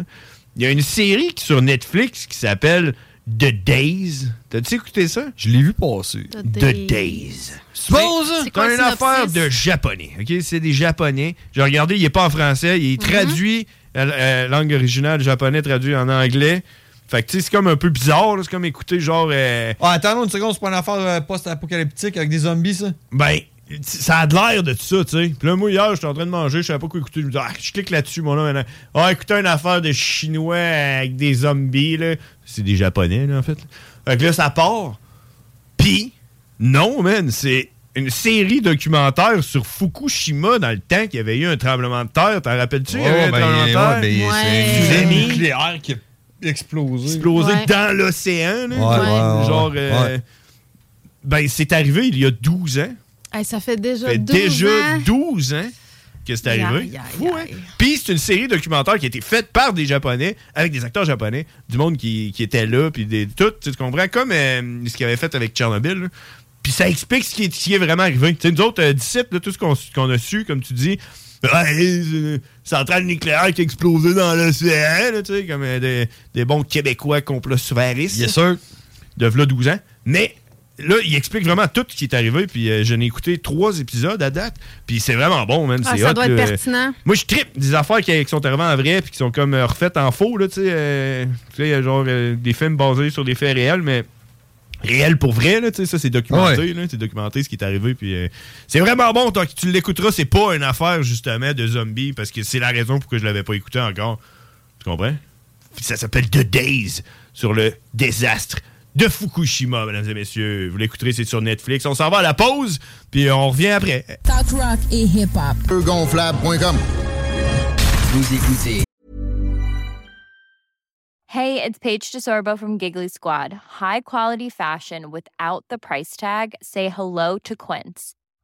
Il y a une série qui- sur Netflix qui s'appelle The Days. T'as-tu écouté ça? Je l'ai vu passer. The The Days. Days. Suppose! C'est quoi C'est le une affaire synopsis? de japonais. OK? C'est des japonais. J'ai regardé, il n'est pas en français. Mhm. Il est traduit, euh, euh, langue originale japonais, traduit en anglais. Fait que, tu sais, c'est comme un peu bizarre. là. C'est comme écouter genre. euh, Ah, attends une seconde, c'est pas une affaire euh, post-apocalyptique avec des zombies, ça? Ben, t- ça a de l'air de tout ça, tu sais. Puis là, moi, hier, j'étais en train de manger, je savais pas quoi écouter. Je me dis, ah, je clique là-dessus, mon homme. Ah, écoutez une affaire de Chinois avec des zombies, là. C'est des Japonais, là, en fait. Fait que là, ça part. Puis, non, man, c'est une série documentaire sur Fukushima dans le temps qu'il y avait eu un tremblement de terre. T'en rappelles-tu? il y ben, avait eu un tremblement de terre Ouais. c'est Tsunami. nucléaire qui a explosé. explosé Ouais. dans l'océan, là. Ouais, ouais, ouais, Genre, euh, ouais. ben, c'est arrivé il y a 12 ans. Hey, ça fait déjà fait 12 déjà ans. 12 ans que c'est Aïe, arrivé. aïe, aïe, Fou, hein? aïe. Puis c'est une série documentaire qui a été faite par des Japonais, avec des acteurs japonais, du monde qui, qui était là, puis des, tout, tu sais, tu comprends, comme euh, ce qu'ils avaient fait avec Tchernobyl. là. Puis ça explique ce qui est, ce qui est vraiment arrivé. Tu sais, nous autres, euh, d'ici, là, tout ce qu'on qu'on a su, comme tu dis, ouais, euh, centrale nucléaire qui a explosé dans l'océan, là, tu sais, comme euh, des, des bons Québécois complots-souveristes Yes, sir. de v'là 12 ans. Mais là, il explique vraiment tout ce qui est arrivé. Puis euh, je n'ai écouté trois épisodes à date. Puis c'est vraiment bon, même. Ah, c'est ça hot, doit être là. pertinent. Moi, je tripe des affaires qui, qui sont arrivées en vrai. Puis qui sont comme euh, refaites en faux, là, tu sais. euh, tu sais, il y a genre euh, des films basés sur des faits réels, mais réels pour vrai, là, tu sais. Ça, c'est documenté, là. C'est documenté ce qui est arrivé. Puis euh, c'est vraiment bon. Tant que tu l'écouteras, c'est pas une affaire, justement, de zombies. Parce que c'est la raison pour que je l'avais pas écouté encore. Tu comprends? Puis ça s'appelle The Days sur le désastre de Fukushima, mesdames et messieurs. Vous l'écouterez, c'est sur Netflix. On s'en va à la pause, puis on revient après. Talk rock et hip-hop. Gonflable.com. Vous écoutez. Hey, it's Paige DeSorbo from Giggly Squad. High quality fashion without the price tag. Say hello to Quince.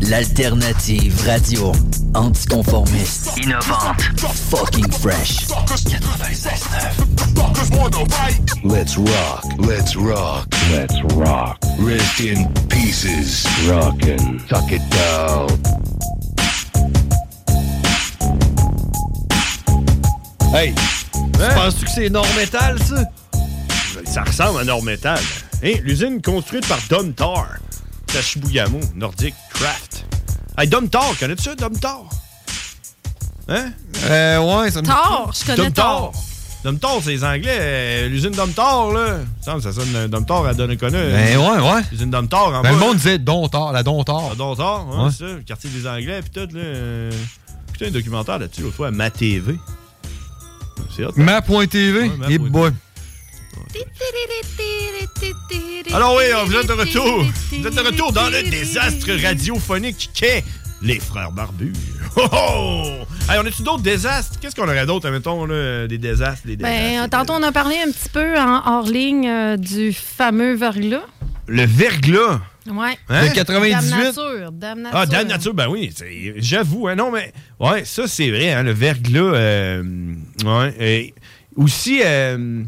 L'alternative radio. Anticonformiste. Innovante. Fucking fresh. 96.9. Let's rock. Let's rock. Let's rock. Rest in pieces. Rockin'. Tuck it down. Hey! Penses-tu que c'est Nord-Métal, ça? Hein? Ça ressemble à Nord-Métal. Hein, L'usine construite par Dom Tar. C'est à Shibuyamo, Nordic Craft. Hey, Dom Tar, connais-tu ça, Dom Tar? Hein? Euh, ouais, ça me- Tar, je connais Dom Tar. Tar. Dom Tar, c'est les Anglais. euh, L'usine Dom Tar, là. Il me semble que Ça sonne euh, Dom Tar à Donnacona. Ben ouais, ouais. L'usine Dom Tar, en Ben, le bas, monde disait Dontar, la Dontar. à Dontard, hein, Ouais. c'est ça, le quartier des Anglais, puis tout, là. euh, Écoutez un documentaire là-dessus, l'autre fois, à ma TV. C'est hot. hein? Ma.tv. Ouais, Et boy. Alors oui, vous êtes de retour. Vous êtes de retour dans le désastre radiophonique qu'est les frères barbus. Oh, oh! Hey, on a-tu d'autres désastres? Qu'est-ce qu'on aurait d'autre, admettons, là, des désastres, des désastres? Ben, tantôt, on a parlé un petit peu en hors ligne euh, du fameux verglas. Le verglas. Ouais. Hein? Dame nature. Dame nature. Ah, Dame Nature, ben oui, c'est- j'avoue, hein, non, mais ouais, ça c'est vrai, hein, le verglas, euh, ouais, et aussi euh,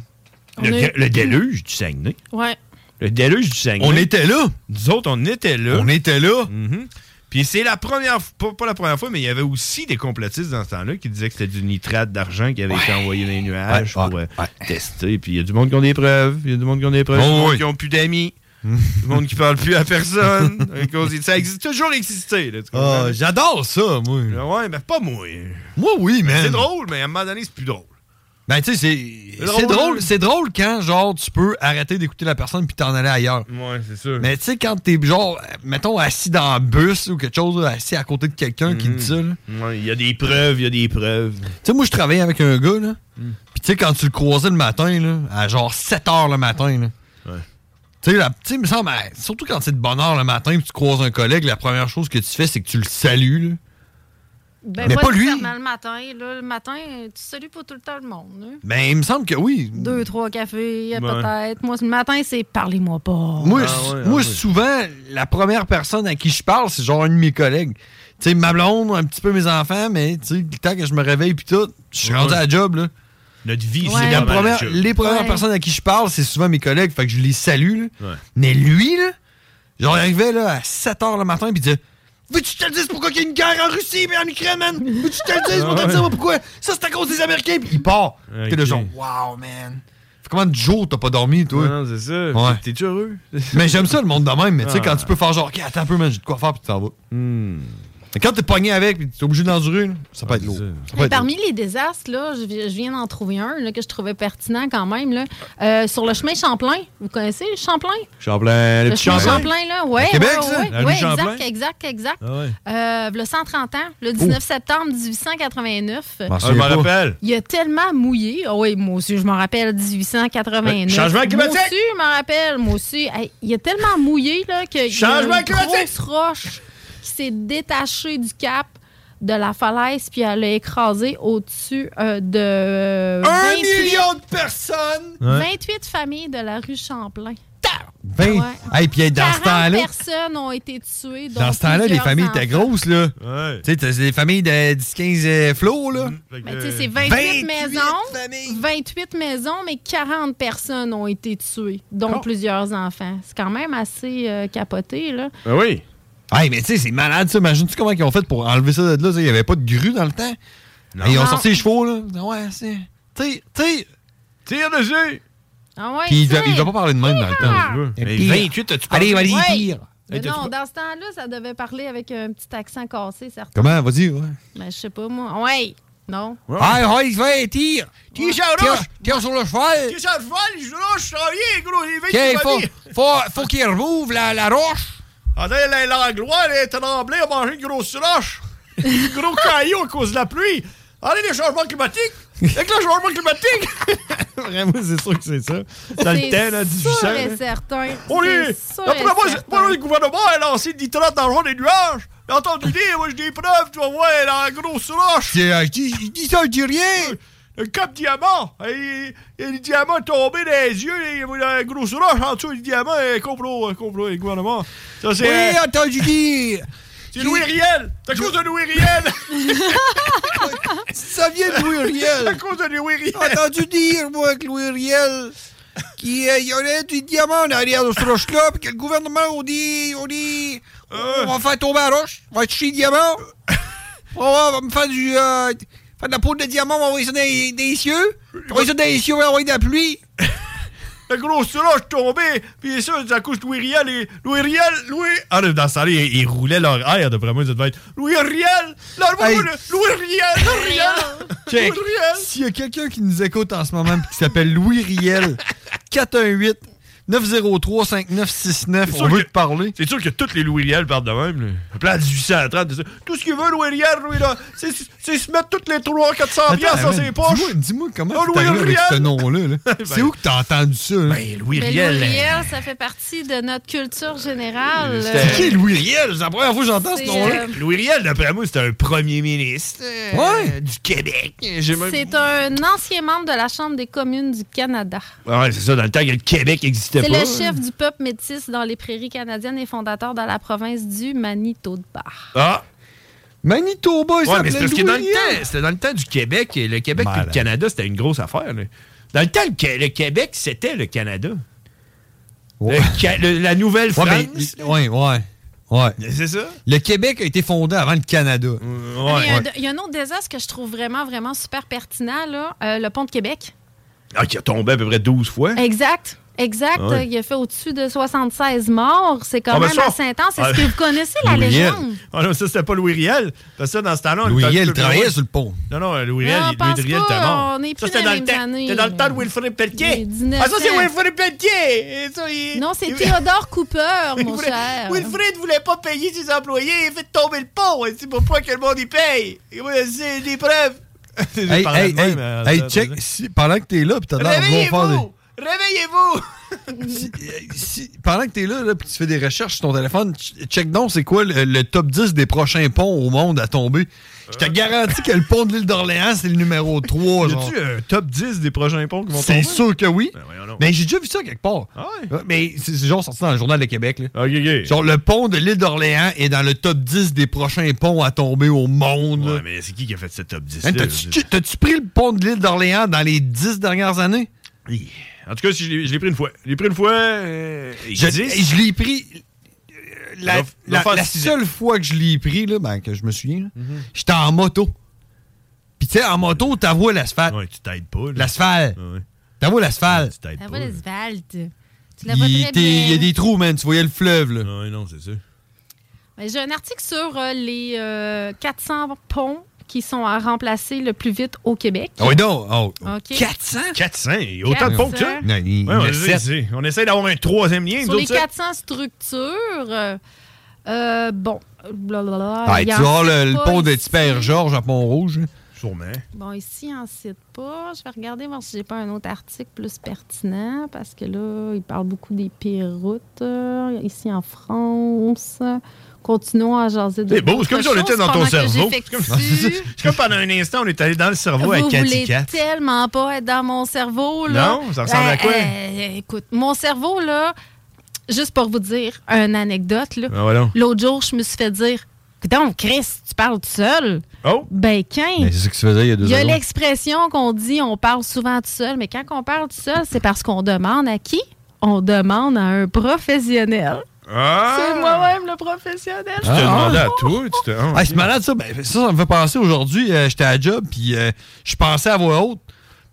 On le, a eu- le déluge du Saguenay. Ouais. Le déluge du Saguenay. On était là. Nous autres, on était là. On était là. Mhm. Puis c'est la première, f- pas, pas la première fois, mais il y avait aussi des complotistes dans ce temps-là qui disaient que c'était du nitrate d'argent qui avait été envoyé dans les nuages pour euh, tester. Puis il y a du monde qui ont des preuves, il y a du monde qui ont des preuves, Oh du monde oui. qui ont plus d'amis, du monde qui parle plus à personne. à cause de- ça existe toujours existé. là, tu comprends? Ah, Ben j'adore ça, moi. Ouais, mais pas moi. Moi, oui, man. C'est drôle, mais à un moment donné, c'est plus drôle. Ben, tu sais, c'est- c'est hein? drôle, c'est drôle quand, genre, tu peux arrêter d'écouter la personne puis t'en aller ailleurs. Ouais, c'est sûr. Mais tu sais, quand t'es, genre, mettons, assis dans un bus ou quelque chose, là, assis à côté de quelqu'un qui te dit ça, là. Ouais, Il y a des preuves, il y a des preuves. Tu sais, moi, je travaillais avec un gars, là. Puis, tu sais, quand tu le croisais le matin, là, à genre 7 h le matin, là. Tu sais, la- tu sais, il me semble, euh, surtout quand c'est de bonne heure le matin puis tu croises un collègue, la première chose que tu fais, c'est que tu le salues, là. Ben, Mais pas, pas lui. nécessairement le matin. Là, le matin, tu salues pas tout le temps le monde. hein. Ben, il me semble que oui. Deux, trois cafés, Ouais. euh, peut-être. Moi, le matin, c'est parlez-moi pas. Moi, s- moi souvent, la première personne à qui je parle, c'est genre un de mes collègues. Tu sais, ma blonde, un petit peu mes enfants, mais tu sais, le temps que je me réveille puis tout, je suis rendu à la job, là. Notre vie, C'est c'est la pas mal Eh première- de job. les premières personnes à qui je parle, c'est souvent mes collègues, fait que je les salue, là. Mais lui, là, genre, il arrivait, là, à 7 h le matin puis il disait, Veux-tu que je te le dise pourquoi il y a une guerre en Russie et en Ukraine, man? Veux-tu que je te le dise pour te dire pourquoi? Ça, c'est à cause des Américains. Puis il part. T'es le Ok. genre, wow, man. Fait Comment de jours t'as pas dormi, toi? Non, c'est ça. Ouais. T'es-tu heureux? Mais j'aime ça le monde de même, mais tu sais, Ah. Hmm. quand tu peux faire genre, OK, attends un peu, man, j'ai de quoi faire, puis tu t'en vas. Mais quand t'es pogné avec, puis t'es obligé d'endurer, là, ça Ah, peut être lourd. Ça peut Mais être Ben, Eh, parmi les désastres, là, je, vi- je viens d'en trouver un là, que je trouvais pertinent quand même. Là. Euh, sur le chemin Champlain, vous connaissez Champlain? Champlain, le chemin Champlain, là, ouais. À Québec, ouais, ça? ouais, La rue ouais, Champlain? exact, exact, exact. Ah Oh. ouais. Euh, le 130 ans, le 19 septembre 1889. m'en Ah, je m'en souviens pas. rappelle. Il a tellement mouillé. Ah oui, moi aussi, je m'en rappelle, 1889. Euh, changement climatique! Moi aussi, je m'en rappelle, moi aussi. Hey, il a tellement mouillé là, que il y a Changement une climatique! grosse roche qui s'est détachée du cap de la falaise, puis elle l'a écrasée au-dessus euh, de... euh, Un 28 million de personnes! Ouais. 28 familles de la rue Champlain. Ben, hey, puis hey, dans ce 40 temps-là, personnes ont été tuées. dont dans ce temps-là, les plusieurs familles étaient enfants. grosses, là. Tu sais, t'as des familles de 10-15 euh, flots, là. Mais tu sais, c'est 28, maisons. 28 maisons, mais 40 personnes ont été tuées, dont Oh. plusieurs enfants. C'est quand même assez euh, capoté, là. Ben oui. Hey, mais tu sais, c'est malade, ça. Imagine-tu comment ils ont fait pour enlever ça de là? tu sais, Il n'y avait pas de grue dans le temps. Et ils ont Non. sorti les chevaux, là. Ouais, c'est. Tu sais, Tire dessus! Ah ouais, Puis il tu va, sais. il va pas parler de même dans le Ah! temps. Mais Pire. 28, as-tu Allez, parlé? allez, Ouais. pire. Mais Hey, t'as- non, dans ce temps-là, ça devait parler avec un petit accent cassé, certainement. Comment? Vas-y, ouais. Mais je sais pas, moi. Ouais! Non. Hey, hey, ouais, tire! Ouais. Tire, tire sur le cheval! Tiens, ça vole, je lâche, je t'en viens, gros, les vite, Tiens, tu vas faut, dire. faut, faut qu'il rouvre la, la roche! Attends, la- l'anglois, elle est tremblée, elle a mangé une grosse roche. gros caillou à cause de la pluie. Allez, les changements climatiques. Avec le changement climatique. Vraiment, c'est sûr que c'est ça. Dans le C'est temps, là, 1800. sûr et là. certain. On est. C'est sûr D'après et moi, certain. c'est- moi, le gouvernement a lancé le nitrate dans le genre des nuages. T'as entendu dire, moi j'ai des preuves, tu vas voir, dans la grosse roche. euh, Il dit ça, il dit rien. Le cap diamant. Et, et le diamant tombé dans les yeux, et il y avait la grosse roche en dessous du diamant, et complot, complot, et gouvernement. Ça, c'est. euh, Oui, entendu dire. C'est Louis Riel! C'est à cause de Louis Riel! Ça vient de Louis Riel. à cause de Louis Riel. entendu dire, moi, que Louis Riel, qu'il euh, y aurait du diamant derrière de ce roche-là, puis que le gouvernement, on dit, on dit, Euh. on va faire tomber la roche, on va toucher le diamant, on va, on va me faire du, euh, faire de la poudre de diamant, on va envoyer ça dans les, dans les cieux, on va envoyer ça dans les cieux, on va envoyer de la pluie. La grosse roche tombée, puis ça, c'est à cause de Louis Riel et Louis Riel, Louis. Ah, là, dans ce temps-là, ils, ils roulaient leur air, d'après moi, ça devait être Louis Riel, la Hey. Louis Riel, Louis Riel. Check. S'il y a quelqu'un qui nous écoute en ce moment pis qui s'appelle Louis Riel, 418 903 5969, on veut te parler. C'est sûr que tous les Louis Riel parlent de même, là. Après, à 1830, c'est ça. Tout ce qu'il veut, Louis Riel, Louis, là, c'est- c'est se mettre toutes les 300, 400 Attends, piastres dans mais ses poches. dis-moi- Dis-moi comment Ah, tu Louis avec Riel. ce nom-là. là? C'est Ben- où que t'as entendu ça? là? Ben, Louis Mais Louis Riel, ça fait partie de notre culture générale. C'est qui, Louis Riel? C'est la première fois que j'entends ce C'est, nom-là. euh, Louis Riel, d'après moi, c'était un premier ministre euh, Ouais. du Québec. J'ai même- C'est un ancien membre de la Chambre des communes du Canada. Ah ouais, c'est ça, dans le temps que le Québec n'existait C'est pas. le chef du peuple métis dans les prairies canadiennes et fondateur dans la province du Manitoba. Ah! Manitoba, ouais, il s'appelait mais c'est parce que Louis dans le Riel. temps, c'était dans le temps du Québec. et Le Québec et Malade. le Canada, c'était une grosse affaire. là. Dans le temps, le, Qué- le Québec, c'était le Canada. Le Ca- le- la Nouvelle-France. Ouais, mais- ouais, ouais. ouais. C'est ça? Mmh. Le Québec a été fondé avant le Canada. Mais il, y a, un- il y a un autre désastre que je trouve vraiment, vraiment super pertinent, là, euh, le pont de Québec. Ah, qui a tombé à peu près 12 fois. Exact. Exact. Ah ouais. Euh, Il a fait au-dessus de 76 morts. C'est quand Ah, ben même ça- assez intense. Est-ce Ah. que vous connaissez la Louis Riel. légende? Ah non, ça, c'était pas Louis Riel. Parce que ça, dans ce temps-là, on Louis était un Riel petit peu travaillait loin. sur le pont. Non, non, Louis Riel, Non, pense Louis Riel pas, était mort. on est plus Ça, c'était dans dans les le temps- mêmes années, euh, c'était dans le temps de là. Wilfrid Pelletier. Les Ah, ça, c'est 1900. Wilfrid Pelletier. Et ça, il- Non, c'est il- Théodore Cooper, Il mon voulait- cher. Wilfrid voulait pas payer ses employés, il fait tomber le pont. C'est pourquoi que le monde y paye. Et moi, C'est des preuves. Hey, parlais hey, de hey, même, euh, hey, ça, check, si- pendant que t'es là, pis t'as l'air de vouloir faire des- Réveillez-vous! Réveillez-vous! si- pendant que t'es là, là, puis tu fais des recherches sur ton téléphone, ch- check donc c'est quoi le, le top 10 des prochains ponts au monde à tomber. Je te garantis que le pont de l'île d'Orléans, c'est le numéro 3. Y a-tu un top 10 des prochains ponts qui vont tomber? Ben C'est sûr que oui. voyons donc. Ah Mais j'ai déjà vu ça quelque part. Ouais, Mais c'est c'est genre sorti dans le Journal de Québec. là. Genre, le pont de l'île d'Orléans est dans le top 10 des prochains ponts à tomber au monde. là. Ouais, mais c'est qui qui a fait ce top 10 Hein, T'as-tu t'as-tu pris le pont de l'île d'Orléans dans les 10 dernières années? En tout cas, si je l'ai je l'ai pris une fois. Je l'ai pris une fois. euh, Je, je l'ai pris. euh, La, L'off- la- l'offensive. la seule fois que je l'ai pris, là, ben, que je me souviens, là, Mm-hmm. j'étais en moto. Puis tu sais, en moto, t'avoues l'asphalte. Ouais, tu t'aides pas. L'asphalte. T'avoues l'asphalte. La voie d'asphalte. Tu la vois Il très était- il y a bien. des trous, man. Tu voyais le fleuve, là. Non, non, c'est ça. Mais J'ai un article sur euh, les euh, 400 ponts qui sont à remplacer le plus vite au Québec. Ah oui, non. oh. OK. 400? 400, il y a autant de ponts que ça. Non, il- Ouais, on, il y a essaie, sept. on essaie d'avoir un troisième lien. Sur nous les autres, ça. 400 structures, euh, euh, bon, blablabla. Ah, il tu en vois cite le, le pas pont de ici. Tipper-Georges à Pont-Rouge. hein? Sûrement. Bon, ici, il n'en cite pas. Je vais regarder voir si j'ai pas un autre article plus pertinent parce que là, il parle beaucoup des pires routes euh, ici en France. Continuons à jaser de. C'est beau, c'est comme si on d'autres était dans ton choses pendant que cerveau. C'est comme, j'effectue. c'est comme pendant un instant, on est allé dans le cerveau à Vous Cathy voulez Cat. tellement pas être dans mon cerveau, là. Non? Ça ressemble à quoi? euh, écoute, mon cerveau, là, juste pour vous dire une anecdote, là. Ah, voilà. L'autre jour, je me suis fait dire, donc, Chris, tu parles tout seul? Oh! Ben, quinze. Mais c'est ce que tu faisais il y a deux Il y a secondes. l'expression qu'on dit on parle souvent tout seul, mais quand on parle tout seul, c'est parce qu'on demande à qui? On demande à un professionnel. Ah! C'est moi-même le professionnel. Tu te demandais à toi. Tu te... ah, Ah, c'est malade ça. Ben, ça, ça me fait penser aujourd'hui. euh, J'étais à job, puis euh, je pensais à voix haute.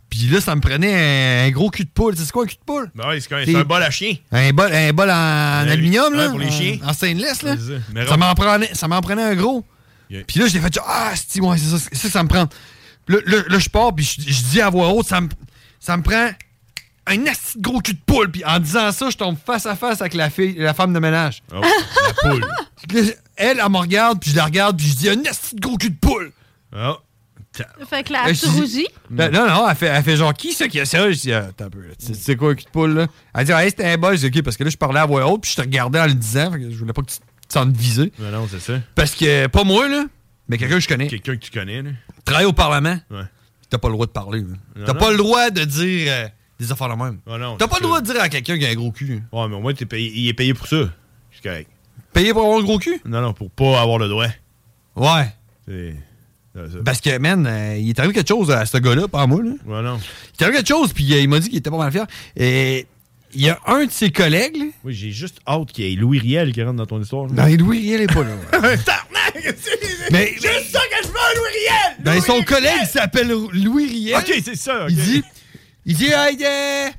Puis là, ça me prenait un, un gros cul de poule. Tu sais, C'est quoi un cul de poule? Ah oui, c'est quand- T'es- c'est un bol à chien. Un bol, un bol en aluminium, ouais, là. pour les en- chiens. En stainless, là. Ouais, c'est ça. Mais Ça rond. m'en prenait, ça m'en prenait un gros. Yeah. Puis là, je l'ai fait genre, ah, c'est ouais, c'est ça, c'est ça que ça me prend. Là, là, là, je pars, puis je, je dis à voix haute, ça me, ça me prend un asti de gros cul de poule. Puis en disant ça, je tombe face à face avec la, fille, la femme de ménage. Oh. la poule. Puis là, Elle, elle me regarde, puis je la regarde, puis je dis un asti de gros cul de poule. Ah. Fait que la Euh, Là, je dis- chirurgie, Ben, non, non, elle fait, elle fait genre, qui c'est qui a ça? Je dis, Ah, attends un peu, là. tu sais- tu sais quoi, un cul de poule, là? Elle dit, ah, hey, c'était un bol. Je dis, ok, parce que là, je parlais à voix haute, puis je te regardais en le disant, fait que je voulais pas que tu sans te viser. Mais non, c'est ça. Parce que, pas moi, là, mais quelqu'un que je connais. Quelqu'un que tu connais, là. Travaille au Parlement, Ouais. t'as pas le droit de parler. là. Non, T'as non. pas le droit de dire euh, des affaires de même. Ah non, T'as pas c'est le droit de dire à quelqu'un qu'il a un gros cul. Ouais, mais au moins, t'es payé- il est payé pour ça. C'est correct. Payé pour avoir le gros cul? Non, non, pour pas avoir le droit. Ouais. C'est. c'est ça. Parce que, man, euh, il est arrivé quelque chose à ce gars-là, pas à moi, là. Ouais, non. Il est arrivé quelque chose, puis euh, il m'a dit qu'il était pas mal fier. Et il y a un de ses collègues, là. Oui, j'ai juste hâte qu'il y ait Louis Riel qui rentre dans ton histoire. Non, et Louis Riel est pas là. Mais- Juste ça que je veux, Louis Riel! Ben, son collègue s'appelle Louis Riel. Ok, c'est ça. Il dit, il dit, hey, euh,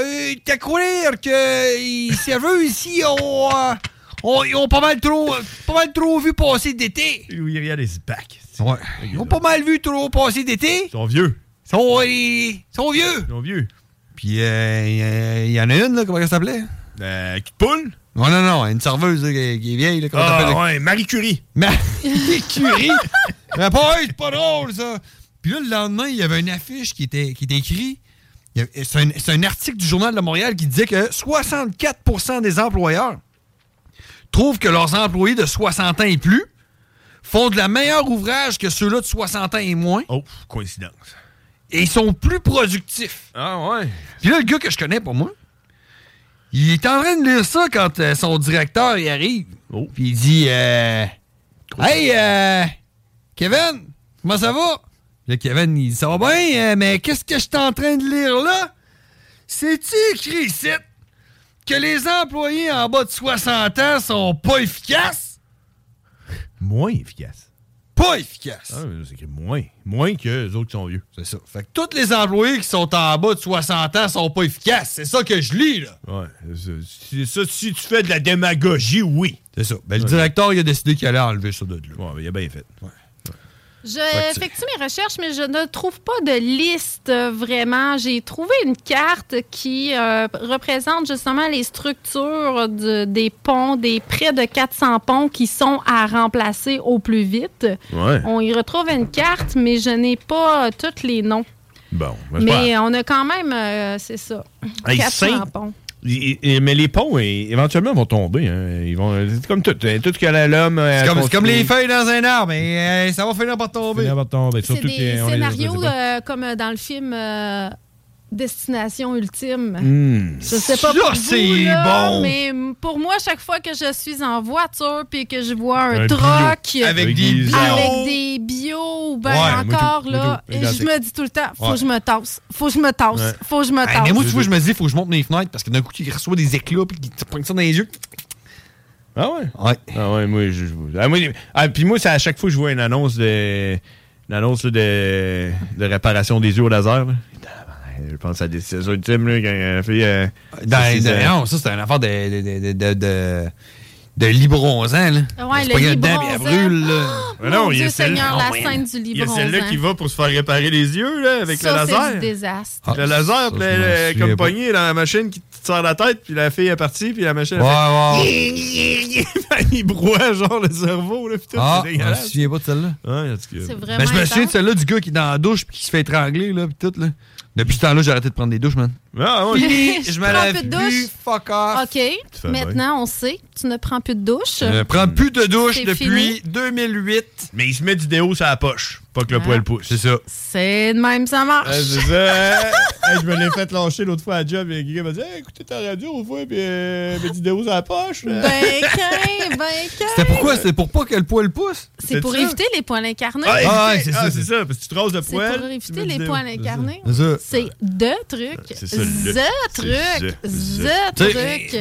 euh, t'as croire que il- si elle veut ici, on, euh, on- ils ont pas mal trop, pas mal trop vu passer d'été. Louis Riel is back. Ouais. Ils ont pas mal vu trop passer d'été. Ils sont vieux. Ils sont, euh, ils sont vieux. Ils sont vieux. Puis, euh, il y- il y en a une, là, comment elle s'appelait? Euh, qui poule? Non, non, non, une serveuse là, qui qui est vieille, là, comment Ah, t'appelles? ouais, Marie Curie. Marie Curie? Mais pas, hey, c'est pas drôle, ça. Puis là, le lendemain, il y avait une affiche qui était, qui était écrite. Il y avait- C'est un, c'est un article du Journal de Montréal qui disait que 64 des employeurs trouvent que leurs employés de 60 ans et plus font de la meilleure ouvrage que ceux-là de 60 ans et moins. Oh, coïncidence. Et ils sont plus productifs. Ah ouais. Puis là, le gars que je connais pour moi, il est en train de lire ça quand euh, son directeur y arrive. Puis il dit euh, Hey, euh, Kevin, comment ça va? Là, Kevin, il dit Ça va bien, euh, mais qu'est-ce que je suis en train de lire là? C'est-tu écrit ici que les employés en bas de 60 ans sont pas efficaces? Moins efficace. Pas efficace. Ah, mais c'est que moins. Moins que les autres qui sont vieux. C'est ça. Fait que tous les employés qui sont en bas de 60 ans sont pas efficaces. C'est ça que je lis, là. Ouais. c'est- c'est ça, si tu fais de la démagogie, oui. C'est ça. Ben, le directeur, il a décidé qu'il allait enlever ça de là. Ouais, mais il a bien fait. Je effectue mes recherches, mais je ne trouve pas de liste euh, vraiment. J'ai trouvé une carte qui euh, représente justement les structures de- des ponts, des près de 400 ponts qui sont à remplacer au plus vite. Ouais. On y retrouve une carte, mais je n'ai pas euh, tous les noms. Bon, ben, c'est pas Mais grave. on a quand même, euh, c'est ça, Hey, 400 cinq- ponts. I- i- Mais les ponts, eh, éventuellement, vont tomber. hein. Ils vont, c'est comme tout. hein. Tout ce que la- l'homme. euh, C'est comme, c'est construit. comme les feuilles dans un arbre, mais euh, ça va finir par tomber. Finir par tomber, C'est surtout des que, euh, on les- scénarios on les a pas. euh, comme euh, dans le film euh, Destination Ultime. Hmm. Je sais pas Ça, pour c'est vous, là, bon. mais m- pour moi, chaque fois que je suis en voiture puis que je vois un, Un bio. troc Avec des bio. avec des bio ou ben Ouais, moi encore tout, moi là, tout. et Exact. je me dis tout le temps, faut Ouais. que je me tasse, faut que je me tasse, Ouais. faut que je me tasse. Hey, mais moi, tu vois, je me dis, faut que je monte mes fenêtres parce que d'un coup, il reçoit des éclats puis tu prends ça dans les yeux. Ah ouais? Ah ouais, moi, je. je- ah, moi, ah, puis moi, c'est à chaque fois que je vois une annonce de. Une annonce là, de, de réparation des yeux au laser. là. Je pense à des décision ultime, là, quand la fille. euh, Dans- ça, c'est dans- de- Ben, non, ça, c'est une affaire de. de, de, de, de de Libronzan, là. Ouais, C'est le pas dedans, Libronzan. puis elle brûle, là. Mais non, Mon il y a Dieu celle- Seigneur, Ah la scène du Ah, Il y a Libronzan. celle-là qui va pour se faire réparer les yeux, là, avec le ça, c'est laser. du désastre. Puis le Ah, laser, puis elle est souviens comme pas. poignée dans la machine qui te sort la tête, puis la fille est partie, puis la machine. elle Ouais, fait... il broie genre le cerveau, là, putain, Ah, c'est je me dégueulasse. souviens pas de celle-là. Ouais, c'est vraiment Ben, je me intense. souviens de celle-là du gars qui est dans la douche puis qui se fait étrangler, là, puis tout, là. Depuis ce temps-là, j'ai arrêté de prendre des douches, man. Ah, ouais. Fini, je me prends lave plus de plus, douche. fuck off. OK, ah, fais maintenant, on sait, tu ne prends plus de douche. Je Euh, prends plus de douche C'est depuis fini. 2008. Mais il se met du déo sur la poche, pas que le Ah. poil pousse. C'est ça. C'est de même, ça marche. Ah, c'est ça. hein. Hey, je me l'ai fait lâcher l'autre fois à job, et quelqu'un m'a dit hey, écoutez ta radio au fois, puis euh, mets du déo sur la poche. hein? là. Ben, quin, ben, quin. C'était pourquoi? C'était pour pas que le poil pousse? C'est pour ça? éviter les poils incarnés. Ah, éviter- c'est ah, ça, c'est c'est- ça, parce que tu te rases le C'est pour poil. tu mets éviter du les déo. poils incarnés. C'est ça. C'est deux trucs. C'est ça, le- The c'est truc. the- The the- truc.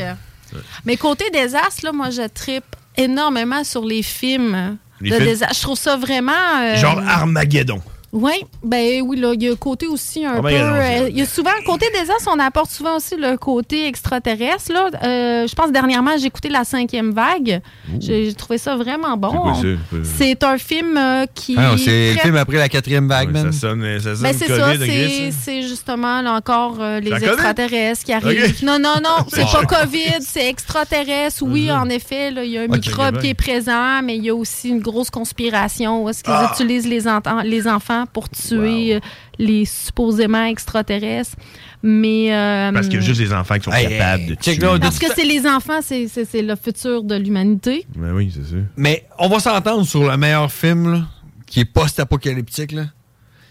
Mais côté désastre, là, moi, je tripe énormément sur les films Les de films? désastre. Je trouve ça vraiment... euh, Genre ah. Armageddon. Oui, ben oui, là, il y a un côté aussi un Ah ben, peu. non, c'est- euh, Il y a souvent, côté désastre, on apporte souvent aussi le côté extraterrestre. Là. Euh, je pense dernièrement, j'ai écouté La cinquième vague. J'ai j'ai trouvé ça vraiment bon. quoi ça? On- C'est un film euh, qui. Ah non, c'est le traite- film après la quatrième vague, man. Ça sonne, ça Ben, c'est ça, hein. c'est c'est justement là, encore euh, les La COVID? extratraterrestres qui arrivent. Ok. Non, non, non, c'est Bon. pas COVID, c'est extraterrestre. Oui, Mm-hmm. en effet, là, il y a un Ok, microbe ben. qui est présent, mais il y a aussi une grosse conspiration où est-ce qu'ils Ah. utilisent les, enta- les enfants méchants pour tuer euh, les supposément extraterrestres. Mais. euh, Parce qu'il y a juste des enfants qui sont Hey, capables hey, de check tuer. là, de parce que c'est les enfants, c'est- c'est c'est le futur de l'humanité. Ben oui, c'est ça. Mais on va s'entendre sur le meilleur film là, qui est post-apocalyptique. là.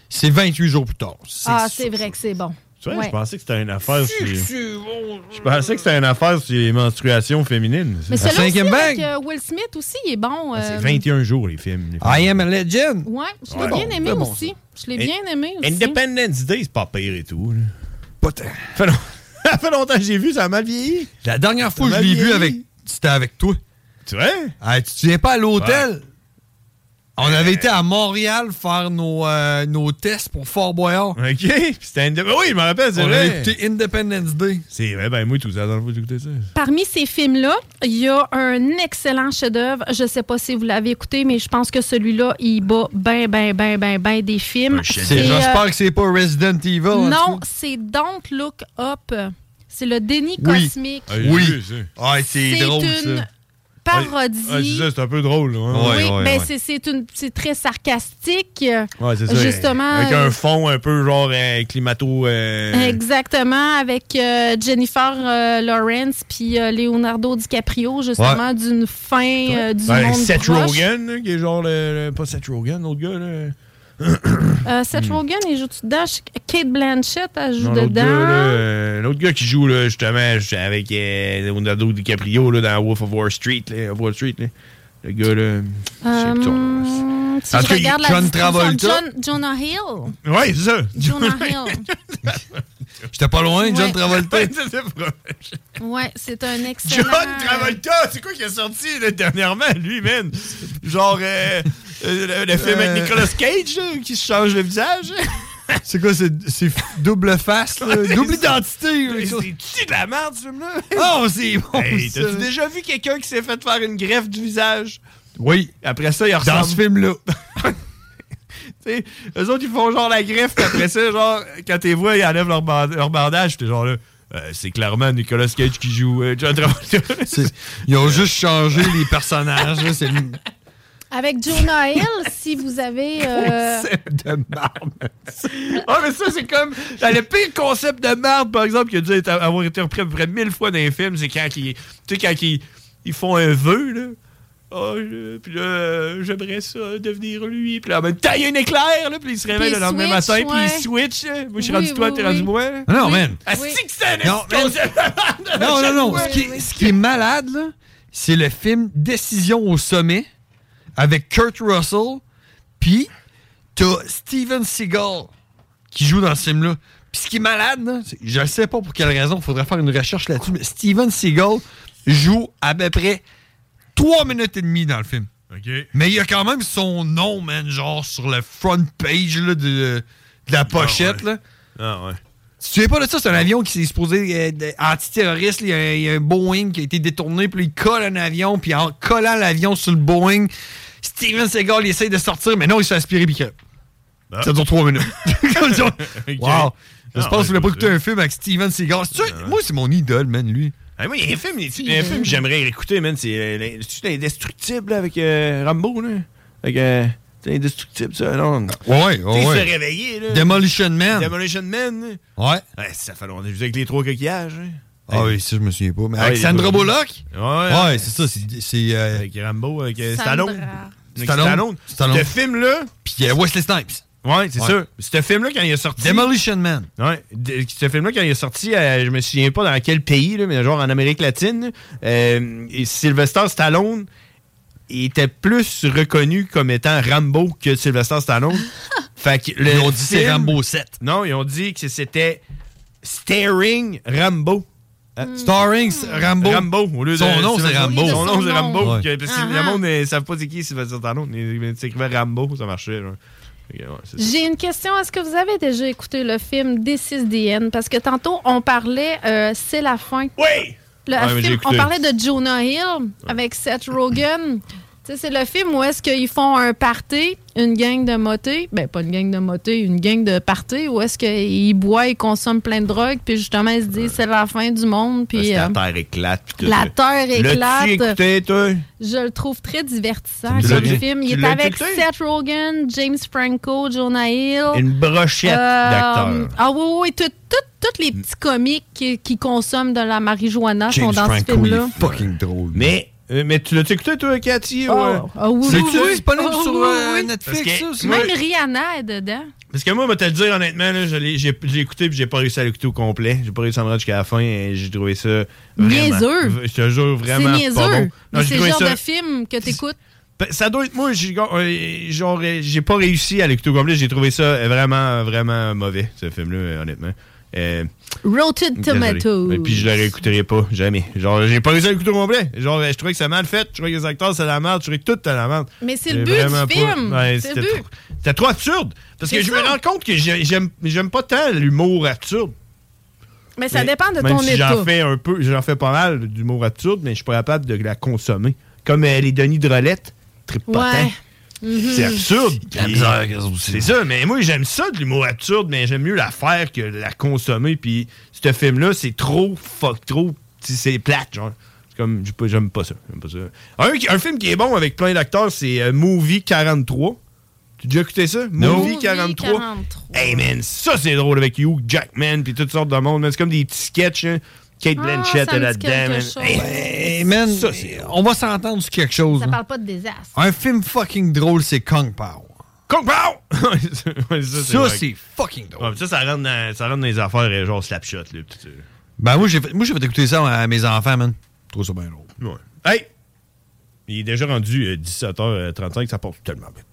C'est 28 jours plus tard. Ah, c'est vrai que c'est bon. Tu vois, Ouais. je pensais que c'était une affaire sur... Je pensais que c'était une affaire sur les menstruations féminines. Mais C'est- celui Cinquième avec vague. Ah, euh, Will Smith aussi, il est bon. euh, C'est 21 jours, les films. I am a legend. Ouais, je l'ai Ouais. bien aimé Très bon, aussi. ça. Je l'ai bien aimé aussi. Independence Day, c'est pas pire et tout. Putain. Fait long- ça fait longtemps que j'ai vu, ça m'a vieilli. La dernière fois que Ça je m'a l'ai vu, vieilli. avec, c'était avec toi. Tu vois? tu te souviens pas à l'hôtel? On avait été à Montréal faire nos, euh, nos tests pour Fort Boyard. OK. puis C'était Inde- Oui, je me rappelle, c'est On vrai. avait écouté Independence Day. C'est vrai, ben moi, tout ça, dans le fond, j'ai écouté ça. Parmi ces films-là, il y a un excellent chef-d'œuvre. Je sais pas si vous l'avez écouté, mais je pense que celui-là, il bat ben, ben, ben, ben, ben des films. C'est- C'est, euh, J'espère que c'est pas Resident Evil. en tout Non, cas. c'est Don't Look Up. C'est le déni Oui. cosmique. Oui. Ah, c'est C'est drôle, une ça. parodie. Ah, c'est ça, c'est un peu drôle. hein. oui, Ouais, ouais, ben, ouais. c'est, c'est une, c'est très sarcastique. euh, Ouais, c'est ça. Justement. Avec euh, un fond un peu genre euh, climato. euh, Exactement, avec euh, Jennifer euh, Lawrence puis euh, Leonardo DiCaprio, justement, Ouais. d'une fin euh, du ben, monde Seth proche. Rogen, là, qui est genre le, le- Pas Seth Rogen, l'autre gars, là. Euh, Seth Hmm. Rogen, il joue dedans. Kate Blanchett, elle joue Non, l'autre dedans. gars, là, euh, l'autre gars qui joue, là, justement, avec euh, Leonardo DiCaprio, là, dans Wolf of Wall Street, là, Wall Street, là. Le gars, là. Euh, si En tout je cas, regarde la John description, Travolta. John- Jonah Hill. Ouais, c'est ça. Jonah Hill. J'étais pas loin, John Ouais. Travolta. Ouais, c'est un excellent. euh, John Travolta, c'est quoi qui a sorti là, dernièrement, lui, man? Genre euh, euh, le, le film Euh, avec Nicolas Cage là, qui se change le visage? C'est quoi, c'est c'est f- double face, là, double identité? là, quelque chose. C'est-tu de la merde, ce film-là? Oh, c'est bon, Hey, ça. T'as-tu déjà vu quelqu'un qui s'est fait faire une greffe du visage? Oui. Après ça, il ressemble. Dans ce film-là. Tu sais, Eux autres, ils font genre la greffe, puis après ça, genre, quand t'es vois, ils enlèvent leur, ban- leur bandage, puis t'es genre là. euh, c'est clairement Nicolas Cage qui joue euh, John Travolta. Ils ont juste changé les personnages. là, C'est le Avec Jonah Hill, si vous Oh, avez. euh, concept de marde. Ah, mais ça, c'est comme. dans le pire concept de merde, par exemple, qui a dû être- avoir été repris à peu près mille fois dans les films, c'est quand, ils, tu sais, quand ils, ils font un vœu, là. Ah, je- puis là, euh, j'aimerais ça devenir lui. Puis là, ben, taille un éclair, là, puis il se réveille Puis le lendemain switch, matin, puis ouais. il switch. là. Moi, je suis Oui, rendu toi, oui, t'es rendu oui. moi. là. Ah non, man. Asti que c'est un Non, esti concept de merde, Non, à non, non. chaque Ce qui, fois. ce qui est malade, là, c'est le film Décision au sommet avec Kurt Russell. Puis, t'as Steven Seagal qui joue dans ce film-là. Puis, ce qui est malade, là, c'est- je ne sais pas pour quelle raison, il faudrait faire une recherche là-dessus, mais Steven Seagal joue à peu près 3 minutes et demie dans le film. Mais il y a quand même son nom, man, genre sur le front page là, de, de la pochette. là. Ah, ouais. Si tu sais pas de ça, c'est un avion qui s'est supposé euh, de- antiterroriste. là. Il y, a un- il y a un Boeing qui a été détourné, puis là, il colle un avion, puis en collant l'avion sur le Boeing, Steven Seagal il essaie de sortir, mais non, il se fait aspirer, puis il crève. Ah. Ça dure trois minutes. Comme ça. Wow! Je pense que vous voulez pas écouter un film avec Steven Seagal. C'est-tu- Moi, c'est mon idole, man, lui. Ah, moi, il y a un film, il y a un film que j'aimerais écouter, man. C'est euh, les- c'est-tu l'Indestructible là, avec euh, Rambo, là? Avec. euh, c'est Indestructible, ça. Non, non. Ouais, ouais, Tu sais, il se Ah ouais. fait réveiller, là. Demolition Man. Demolition Man. Ouais. Ouais, ça fait longtemps. J'ai vu avec les trois coquillages. hein. Ah oui, ça, je me souviens pas. Mais Ah, avec il est Sandra pas- Bullock? Ouais. hein. Ouais, c'est ça. c'est- C'est. euh, Avec Rambo, avec euh, Sandra. Stallone. Avec Stallone. Stallone. Stallone. Ce film-là. Puis euh, Wesley Snipes. Ouais, c'est Ouais. sûr. Ce film-là, quand il est sorti. Demolition Man. Ouais. De- ce film-là, quand il est sorti, euh, je me souviens pas dans quel pays, là, mais genre en Amérique latine, euh, et Sylvester Stallone était plus reconnu comme étant Rambo que Sylvester Stallone. fait que le Ils ont dit c'est film- Rambo 7. Non, ils ont dit que c'était Staring Rambo. Ah, Hmm. Starring S- Rambo. Rambo, au lieu de Son nom, c'est Sylvester- Rambo. Son nom, c'est Rambo. Ouais. que- Parce que Ah, le ah. monde ne savent pas c'est qui Sylvester Stallone. Ils ils s'écrivaient Rambo, ça marchait. genre. Ok, ouais, c'est ça. J'ai une question. Est-ce que vous avez déjà écouté le film This is the End? Parce que tantôt, on parlait euh, C'est la fin. Oui! Le Ouais, mais j'ai film, écouté. on parlait de Jonah Hill avec Seth Rogen. Tu sais, c'est le film où est-ce qu'ils font un party, une gang de motés, ben pas une gang de motés, une gang de party, où est-ce qu'ils boivent, ils consomment plein de drogues, puis justement ils se disent c'est la fin du monde, Parce puis que euh, la terre éclate. puis tout la ça. terre éclate. L'as-tu écouté, toi? je le trouve très divertissant Tu l'as comme dit- film. tu Il est l'as avec écouté? Seth Rogen, James Franco, Jonah Hill. Une brochette Oh. Euh, d'acteurs. Ah oui, oui, oui, tout- tout- tous les petits comiques qui, qui consomment de la marijuana sont dans ce il film-là. est fucking drôle. Mais, euh, mais tu l'as écouté, toi, Cathy? Oh, ouais? euh? ah oui, oui, C'est-tu oui. disponible Ah sur oui, euh, oui. Netflix, ça, ça? Même Rihanna est dedans. Parce que moi, je vais te le dire honnêtement, là, je l'ai j'ai- je l'ai écouté puis j'ai pas réussi à l'écouter au complet. J'ai pas réussi à me rendre jusqu'à la fin et j'ai trouvé ça. Vraiment, Niaiseux. v- Je te jure C'est vraiment. niaiseux. pas bon. Non, mais j'ai c'est le trouvé genre ça- de film que t'écoutes. Ben, Ça doit être moi, j'ai- euh, genre, euh, j'ai pas réussi à l'écouter au complet. J'ai trouvé ça euh, vraiment, vraiment mauvais, ce film-là, euh, honnêtement. Euh, Rotten désolé. Tomatoes. Et puis je le réécouterai pas, jamais. Genre, j'ai pas réussi à l'écouter au complet. Genre, euh, je trouvais que c'est mal fait, je trouvais que les acteurs, c'est la merde, je trouvais que tout est la merde. Mais c'est le J'ai but vraiment du film. Ouais, C'est c'était le but. trop- C'était trop absurde. Parce que C'est je me ça. rends compte que j'ai- j'aime j'aime pas tant l'humour absurde. Mais ça Mais dépend de même ton si état. J'en fais un peu, j'en fais pas mal d'humour absurde, mais je suis pas capable de la consommer. Comme euh, les Denis de Relette, tripotin. Ouais. Mhm. C'est absurde. la puis- misère, qu'est-ce que C'est ça, mais moi j'aime ça de l'humour absurde, mais j'aime mieux la faire que la consommer. Puis ce film-là, c'est trop fuck, trop. c'est- C'est plate, genre. C'est Comme, j'ai pas- j'aime pas ça. j'aime pas ça. Un, qui- un film qui est bon avec plein d'acteurs, c'est euh, Movie 43. Tu as déjà écouté ça? Non. Movie 43. Hey man, ça c'est drôle avec Hugh Jackman puis toutes sortes de monde. man. C'est comme des petits sketchs. hein. Kate Ah, Blanchett ça me est dit là-dedans. quelque man. chose. Hey, Eh, man, ça, c'est- on va s'entendre sur quelque chose. Ça là. parle pas de désastre. Un film fucking drôle, c'est Kong Pao. Kung Pao! Ouais, Ça, vrai. c'est fucking Ouais, puis ça, ça rentre, dans, ça rentre dans les affaires euh, genre slapshot. Là, puis tout Ben, moi, j'ai fait, moi, j'ai fait écouter ça à mes enfants, man. Je trouve ça bien drôle. ça. Ouais. Hey! Il est déjà rendu euh, 17h35, ça passe tellement vite.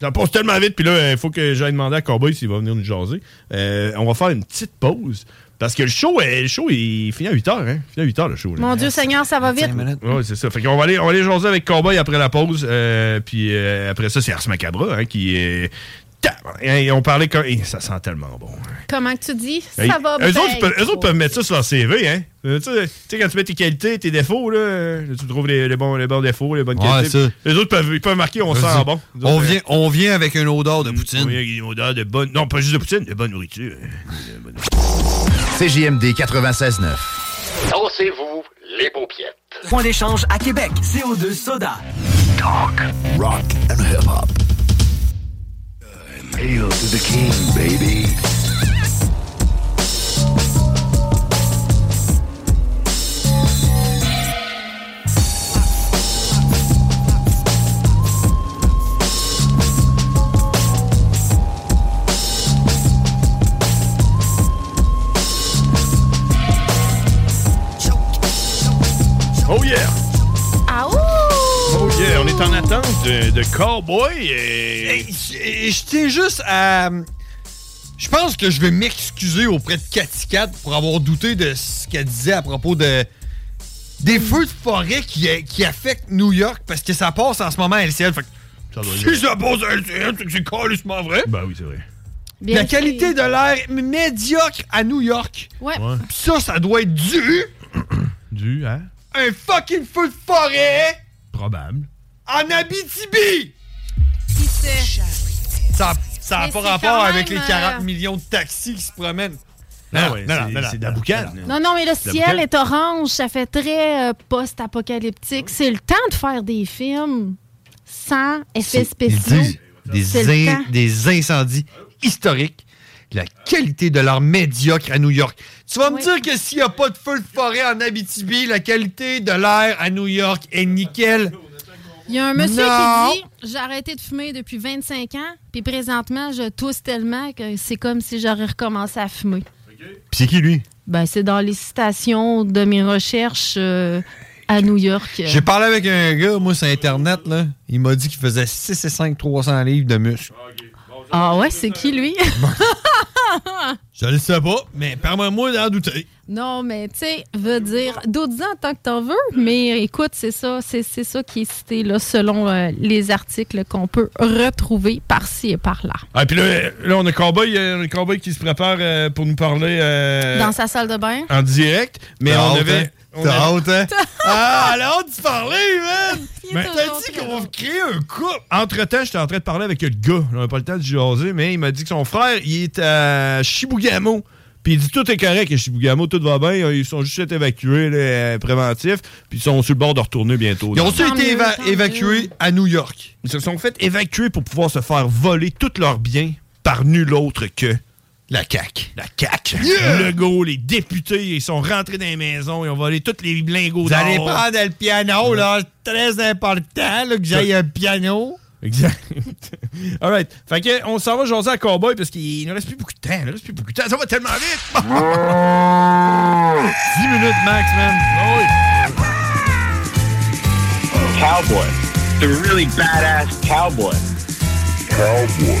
Ça passe tellement vite, puis là, il faut que j'aille demander à Cowboy s'il va venir nous jaser. Euh, on va faire une petite pause. Parce que le show, euh, le show il finit à 8h. Hein? Il finit à 8h, le show. là. Mon Dieu Seigneur, ça va vite. Ouais, c'est ça. Fait qu'on va aller, on va aller jaser avec Cowboy après la pause. euh, puis euh, après ça, c'est Ars Macabra hein, qui est. hein, Et on parlait quand. et ça sent tellement bon. hein. Comment que tu dis? Ça Hey, va eux bien. autres, ils peuvent- eux autres peuvent mettre ça sur leur CV, hein? Euh, Tu sais- tu sais, quand tu mets tes qualités, tes défauts, là, euh, tu trouves les, les bons, les bons défauts, les bonnes Ouais, qualités. ça. Les autres peuvent, ils peuvent marquer on Je sent dis, bon. on vient- on vient avec une odeur de poutine. une odeur de bonne. Non, pas juste de poutine, de bonne nourriture. hein. De bonne- CJMD 96.9. Dansez-vous les paupiètes. Point d'échange à Québec. CO2 Soda. Talk, rock, and hip hop. Hail to the king, baby. Oh yeah! Ah Oh yeah! On est en attente de, de Cowboy et. Et je tiens juste à. Je pense que je vais m'excuser auprès de Cathy Cat pour avoir douté de ce qu'elle disait à propos de. Des feux de forêt qui, qui affectent New York parce que ça passe en ce moment à LCL. Fait que si ça passe à LCL, c'est que c'est carrément vrai. Ben oui, c'est vrai. Bien la fait. qualité de l'air est médiocre à New York. Ouais. Pis Ça, ça doit être dû Du, hein? à un fucking feu de forêt Probable. en Abitibi. Qui sait? Ça ça a Mais pas c'est rapport quand avec même, les 40 euh, millions de taxis qui se promènent. Ah, Non, ouais, c'est- c'est de la boucane. Non, non, mais le C'est la ciel boucane. est orange. Ça fait très euh, post-apocalyptique. C'est le temps de faire des films sans effets spéciaux. C'est Des, le in- temps. des incendies historiques, la qualité de l'air médiocre à New York. Tu vas me dire que s'il n'y a pas de feu de forêt en Abitibi, la qualité de l'air à New York est nickel. Il y a un monsieur Non. qui dit J'ai arrêté de fumer depuis 25 ans, puis présentement, je tousse tellement que c'est comme si j'aurais recommencé à fumer. Puis c'est qui, lui? Ben, c'est dans les citations de mes recherches euh, à New York. J'ai parlé avec un gars, moi, sur Internet, là. Il m'a dit qu'il faisait 6 et 5, 300 livres de muscles. Ah ouais, c'est qui lui? Je le sais pas, mais permets-moi d'en douter. non, mais tu sais, veut dire, d'autres en tant que t'en veux, mais écoute, c'est ça, c'est, c'est ça qui est cité là, selon euh, les articles qu'on peut retrouver par-ci et par-là. Ah, puis là, là, on a Cowboy, euh, on a Cowboy qui se prépare euh, pour nous parler. euh, Dans sa salle de bain? en direct, mais T'as on hâte, avait. hein? On T'as avait- honte, hein? Ah, la honte de parler, man! est Mais toujours t'as dit qu'on va créer un couple! Entre-temps, j'étais en train de parler avec le gars. On n'avait pas le temps de jaser, mais il m'a dit que son frère, il est à Shibugamo. Puis il dit tout est correct à Shibugamo, tout va bien. hein, Ils sont juste évacués, là, euh, préventifs. Puis ils sont sur le bord de retourner bientôt. Ils ont aussi été éva- évacués à New York. Ils se sont fait évacuer pour pouvoir se faire voler tous leurs biens par nul autre que la CAC. La CAC. Yeah! Legault, les députés, ils sont rentrés dans les maisons, ils ont volé tous les lingots Vous allez d'or. prendre le piano, là. C'est très important, là, que j'aille un piano. Exact. All right. Fait que, on s'en va jaser à Cowboy parce qu'il ne reste plus beaucoup de temps. Il ne reste plus beaucoup de temps. Ça va tellement vite. 10 minutes max, man. Cowboy. The really badass cowboy. Cowboy.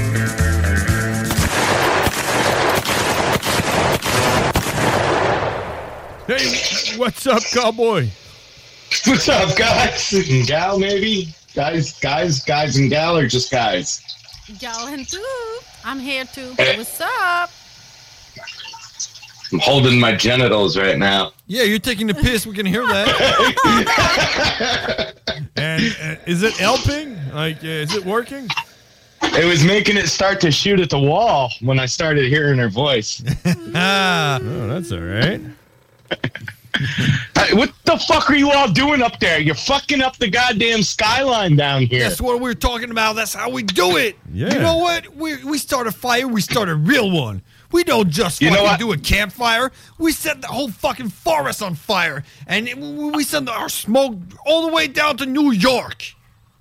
Hey, what's up, cowboy? What's up, guys and gal? Maybe guys, guys, guys and gal, or just guys. Y'all and too. I'm here too. What's up? I'm holding my genitals right now. Yeah, you're taking the piss. We can hear that. And uh, is it helping? Like, uh, is it working? It was making it start to shoot at the wall when I started hearing her voice. ah, oh, that's all right. what the fuck are you all doing up there? You're fucking up the goddamn skyline down here. That's what we're talking about. That's how we do it. Yeah. You know what? We, we start a fire, we start a real one. We don't just fucking do a campfire. We set the whole fucking forest on fire. And it- we we send our smoke all the way down to New York.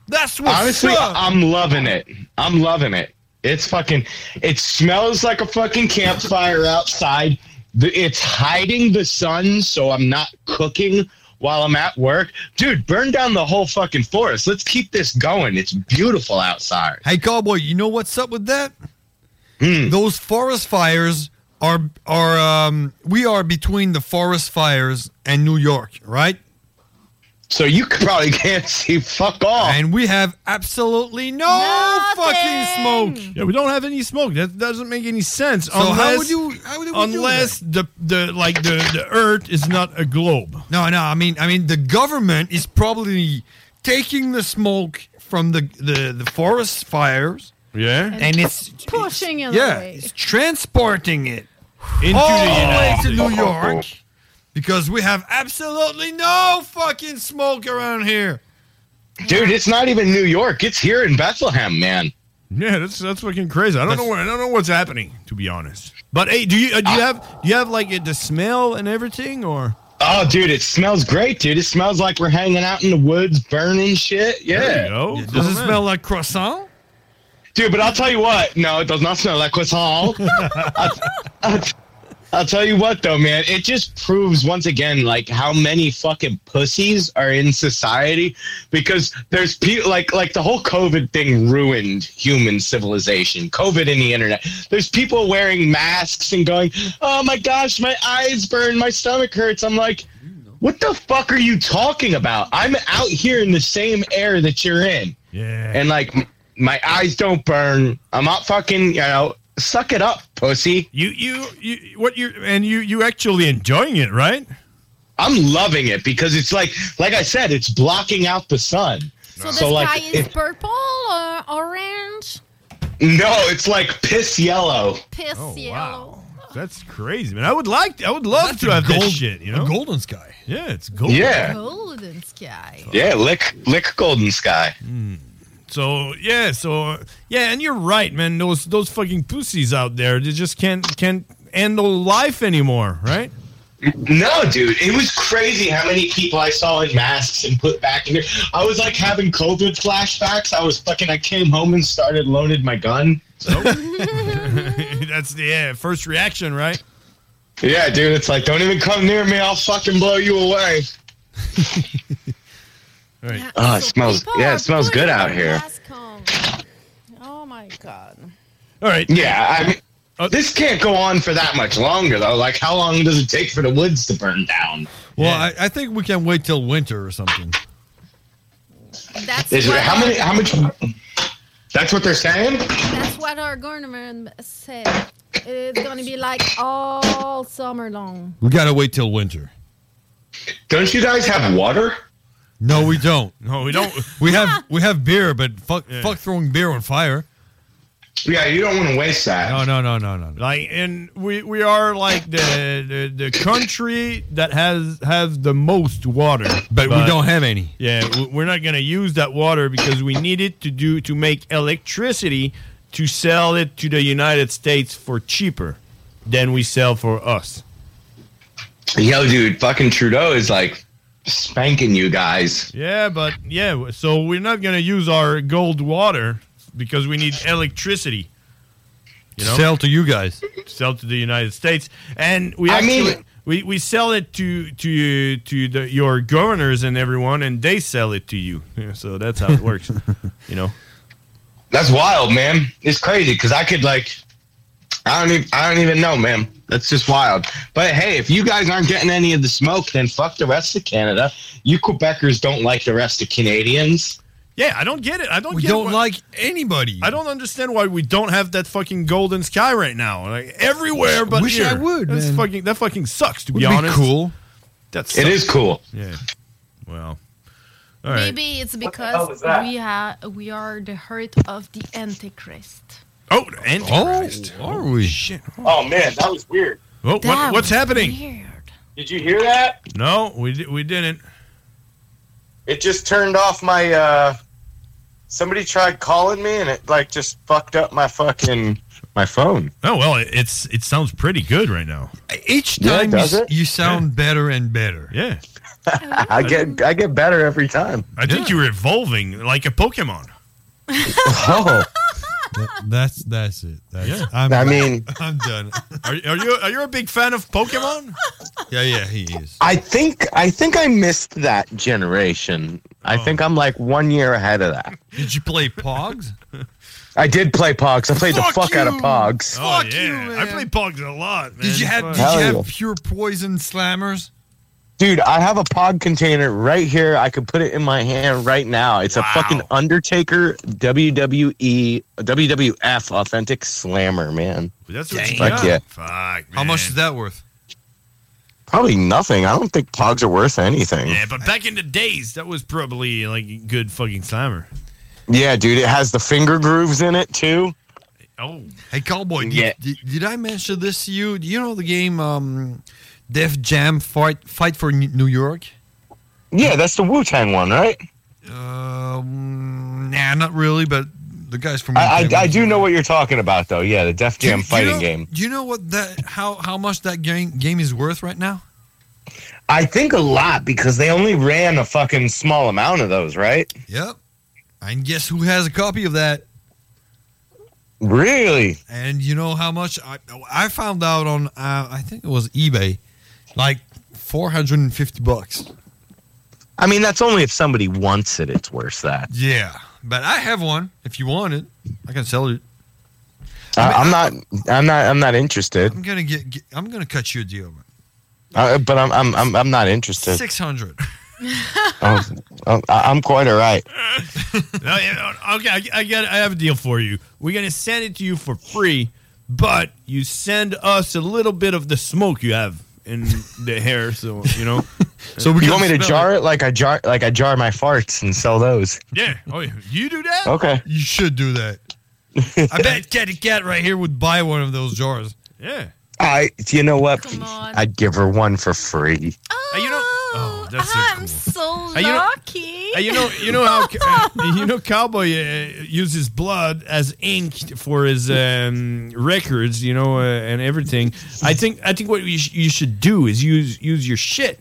That's what's Honestly, up. I'm loving it. I'm loving it. It's fucking. It smells like a fucking campfire outside. The- It's hiding the sun, so I'm not cooking while I'm at work. Dude, burn down the whole fucking forest. Let's keep this going. It's beautiful outside. Hey, cowboy, you know what's up with that? Those forest fires are are um we are between the forest fires and New York, right? So you probably can't see fuck off. And we have absolutely no fucking smoke. Hmm. Yeah, we don't have any smoke. That doesn't make any sense. So how unless, would you- how would we do unless the the like the the Earth is not a globe. No, no. I mean, I mean, the government is probably taking the smoke from the the, the forest fires. Yeah, and it's pushing it yeah, away. it's transporting it Into all the way United to Oh, New States. York because we have absolutely no fucking smoke around here. Dude, it's not even New York. It's here in Bethlehem, man. Yeah, that's that's fucking crazy. I don't know. What, I don't know what's happening to be honest. But hey, do you uh, do you have do you have like uh, the smell and everything or? Oh, dude, it smells great, dude. It smells like we're hanging out in the woods, burning shit. Yeah. There you go. Oh, Does it smell like croissant? Dude, but I'll tell you what. No, it does not smell like croissant. I'll, I'll- I'll tell you what, though, man. It just proves once again, like how many fucking pussies are in society because there's people like like the whole COVID thing ruined human civilization. COVID and the internet. There's people wearing masks and going, "Oh my gosh, my eyes burn, my stomach hurts." I'm like. What the fuck are you talking about? I'm out here in the same air that you're in. Yeah. And like m- my eyes don't burn. I'm not fucking, you know, suck it up, pussy. You you you what you and you you actually enjoying it, right? I'm loving it because it's like like I said, it's blocking out the sun. So, So, the like sky is it- purple or orange? no, it's like piss yellow. Piss Oh, yellow. That's crazy, man. I would like I would love to have that shit. You know, golden sky. Yeah, it's golden. Yeah. Golden sky. Yeah, lick lick golden sky. So yeah, so yeah, and you're right, man. Those those fucking pussies out there, they just can't can't handle life anymore, right? No, dude, it was crazy how many people I saw in masks and put back in there. I was like having COVID flashbacks. I was fucking. I came home and started loaded my gun. That's the yeah, first reaction, right? Yeah, dude, it's like don't even come near me. I'll fucking blow you away. Oh, it smells. Yeah, it smells good out here. Oh my God. All right. Uh, Yeah, I mean, this can't go on for that much longer though. Like, how long does it take for the woods to burn down? Well, I, I think we can wait till winter or something. That's Is it, how many? How much? That's what they're saying. That's what our government said. It's gonna be like all summer long. We gotta wait till winter. Don't you guys have water? No, we don't. No, we don't. we have we have beer, but fuck fuck throwing beer on fire. Yeah, you don't want to waste that. No, no, no, no, no. Like, and we we are like the the, the country that has has the most water, But we don't have any. Yeah, w- we're not gonna use that water because we need it to do to make electricity to sell it to the United States for cheaper than we sell for us. Yo, dude, fucking Trudeau is like spanking you guys. Yeah, but yeah, so we're not gonna use our gold water because we need electricity. Sell to you guys. Sell to the United States, and we I actually mean- we, we sell it to to to the, your governors and everyone, and they sell it to you. Yeah, So that's how it works. you know, That's wild, man. It's crazy because I could like, I don't even, I don't even know, man. That's just wild. But hey, if you guys aren't getting any of the smoke, then fuck the rest of Canada. You Quebecers don't like the rest of Canadians. Yeah, I don't get it. I don't. We get don't like anybody. I don't understand why we don't have that fucking golden sky right now. Like everywhere, but Wish here. I would, That's man. fucking that fucking sucks. To Would be be honest, cool. That's It is cool. Yeah. Well. All right. Maybe it's hell was because that? we have we are the hurt of the Antichrist. Oh, the Antichrist. Oh, are we? Shit. Oh man, that was weird. Oh, what- That what's was happening? Did you hear that? No, we di- we didn't. It just turned off my. uh Somebody tried calling me, and it like just fucked up my fucking my phone. Oh well, it- it's it sounds pretty good right now. Each Yeah, time you does s- it? you, sound better and better. Yeah. I get I get better every time. I think you're evolving like a Pokemon. Oh, That's that's it. That's, Yeah. I'm, I mean- I'm done. Are, are you are you a big fan of Pokemon? Yeah, yeah, he is. I think I think I missed that generation. I think I'm like one year ahead of that. Did you play Pogs? I did play Pogs. I played Fuck the fuck out of you. Pogs. Oh Fuck yeah, you, man. I play Pogs a lot, man. Did you have Fuck. did you have Hell yeah. pure poison slammers? Dude, I have a pod container right here. I could put it in my hand right now. It's a fucking Undertaker E, WWE WWF authentic slammer, man. That's what you Fuck got. yeah. Fuck. How much is that worth? Probably nothing. I don't think Pogs are worth anything. Yeah, but back in the days, that was probably like good fucking slammer. Yeah, dude, it has the finger grooves in it too. Oh, Hey, cowboy. Did, Yeah. did, did I mention this to you? Do you know the game um, Def Jam fight fight for N- New York? Yeah, that's the Wu Tang one, right? Um, nah, not really. But the guys from I, Wu-Tang I, I was- do know what you're talking about though. Yeah, the Def Jam Do you fighting know- game. Do you know what that how how much that game game is worth right now? I think a lot because they only ran a fucking small amount of those, right? Yep. And guess who has a copy of that? Really? And you know how much I I found out on uh, I think it was eBay, like four hundred and fifty bucks. I mean, that's only if somebody wants it. It's worth that. Yeah, but I have one. If you want it, I can sell it. I I'm not. I'm not. I'm not interested. I'm gonna get. get I'm gonna cut you a deal, man. Uh, but I'm. I'm. I'm. I'm not interested. Six hundred. Oh, oh, I- I'm quite all right. No, yeah, okay, I, I got. I have a deal for you. We're gonna send it to you for free, but you send us a little bit of the smoke you have in the hair, so you know. So we you can want me to smell jar it like I jar like I jar my farts and sell those? Yeah. Oh, yeah. you do that? Okay. You should do that. I bet Cat Cat right here would buy one of those jars. Yeah. I. You know what? Come on. I'd give her one for free. Hey, you know. Oh, that's Ah, so I'm cool. so Hey, you know- lucky. Hey, you know, you know how uh, you know Cowboy uh, uses blood as ink for his um, records, you know, uh, and everything. I think I think what you, sh- you should do is use use your shit.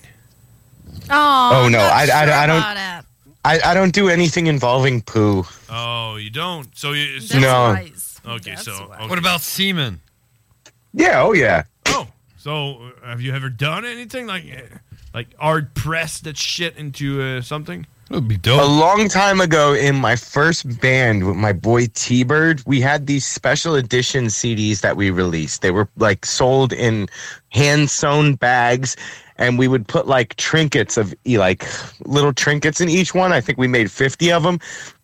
Oh, Oh, no, I'm I- I- not sure I don't- about it. I, I don't do anything involving poo. Oh, you don't. So you That's No. wise. Okay, so What about semen? Yeah. Oh yeah. so uh, have you ever done anything like uh, like hard press that shit into uh, something? A long time ago in my first band with my boy T Bird, we had these special edition CDs that we released. They were like sold in hand sewn bags, and we would put like trinkets of e, like little trinkets in each one. I think we made 50 of them,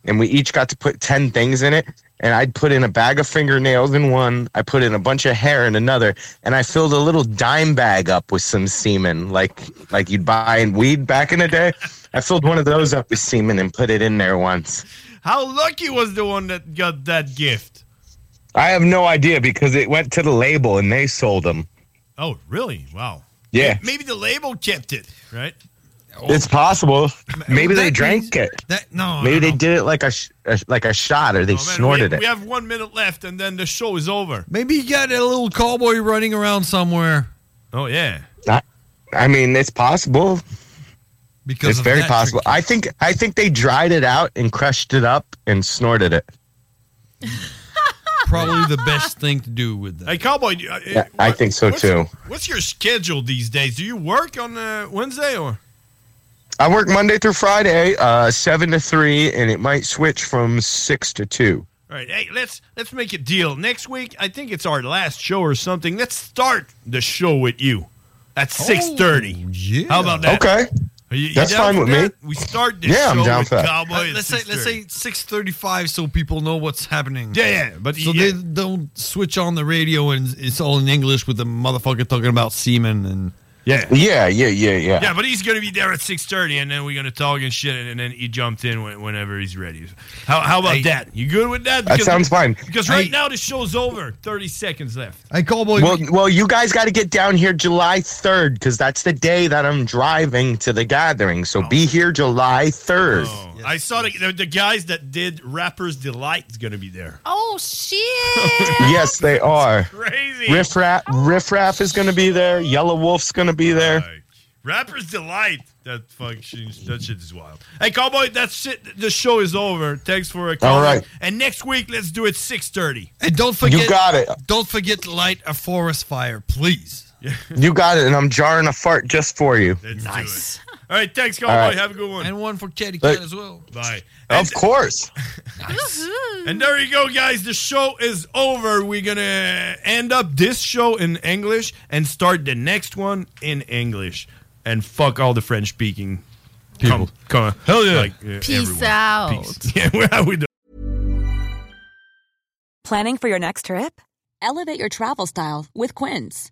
and we each got to put 10 things in it. And I'd put in a bag of fingernails in one, I put in a bunch of hair in another, and I filled a little dime bag up with some semen, like like you'd buy in weed back in the day. I filled one of those up with semen and put it in there once. How lucky was the one that got that gift? I have no idea because it went to the label and they sold them. Oh, really? Wow. Yeah. Maybe the label kept it, right? Oh. It's possible. Maybe they drank it. that- no, Maybe no, they did it like a, sh- a sh- like a shot or they snorted Oh, we, it. we have one minute left, and then the show is over. Maybe you got a little cowboy running around somewhere. Oh yeah. I, I mean, it's possible. Because it's of very that possible. I think I think they dried it out and crushed it up and snorted it. Probably the best thing to do with that. Hey, cowboy. do- uh, Yeah, I think so what's- too. What's your schedule these days? Do you work on uh, Wednesday or? I work Monday through Friday, uh, seven to three, and it might switch from six to two. All right, hey, let's let's make a deal. Next week, I think it's our last show or something. Let's start the show with you at six thirty. Oh, Yeah. How about that? Okay. Are you- you That's down fine for with me. that? We start the Yeah, I'm show down with for that. Cowboy. at Uh, let's say let's 6:30. say six thirty five, so people know what's happening. Yeah, yeah, but so yeah. they don't switch on the radio and it's all in English with the motherfucker talking about semen and yeah, yeah, yeah, yeah, yeah. Yeah, Uh, but he's gonna be there at six thirty, and then we're gonna talk and shit, and then he jumped in when, whenever he's ready. How, how about Hey. that? You good with that? That sounds fine. Because right Hey. now the show's over. Thirty seconds left. Hey, Cowboy. Well, well, you guys got to get down here July 3rd because that's the day that I'm driving to the gathering. So be here July 3rd. I saw the, the, the guys that did Rapper's Delight's gonna be there. Oh, shit. Yes, they are. Crazy. Riff Raff, Riff Raff is going to be there. Yellow Wolf's going to be there. Rapper's Delight. That fucking that shit is wild. Hey, cowboy, that's it. The show is over. Thanks for a call. right. And next week, let's do it six thirty. And don't forget You got it. Don't forget to light a forest fire, please. You got it, and I'm jarring a fart just for you. nice. All right, thanks, cowboy. All right. Have a good one. And one for Teddy Hey. Cat as well. Bye. Of course. And there you go, guys. The show is over. We're gonna end up this show in English and start the next one in English. And fuck all the French speaking people. Come, come Hell yeah. Like, uh, Peace everyone. out. Yeah, we're out with the- Planning for your next trip? Elevate your travel style with Quince.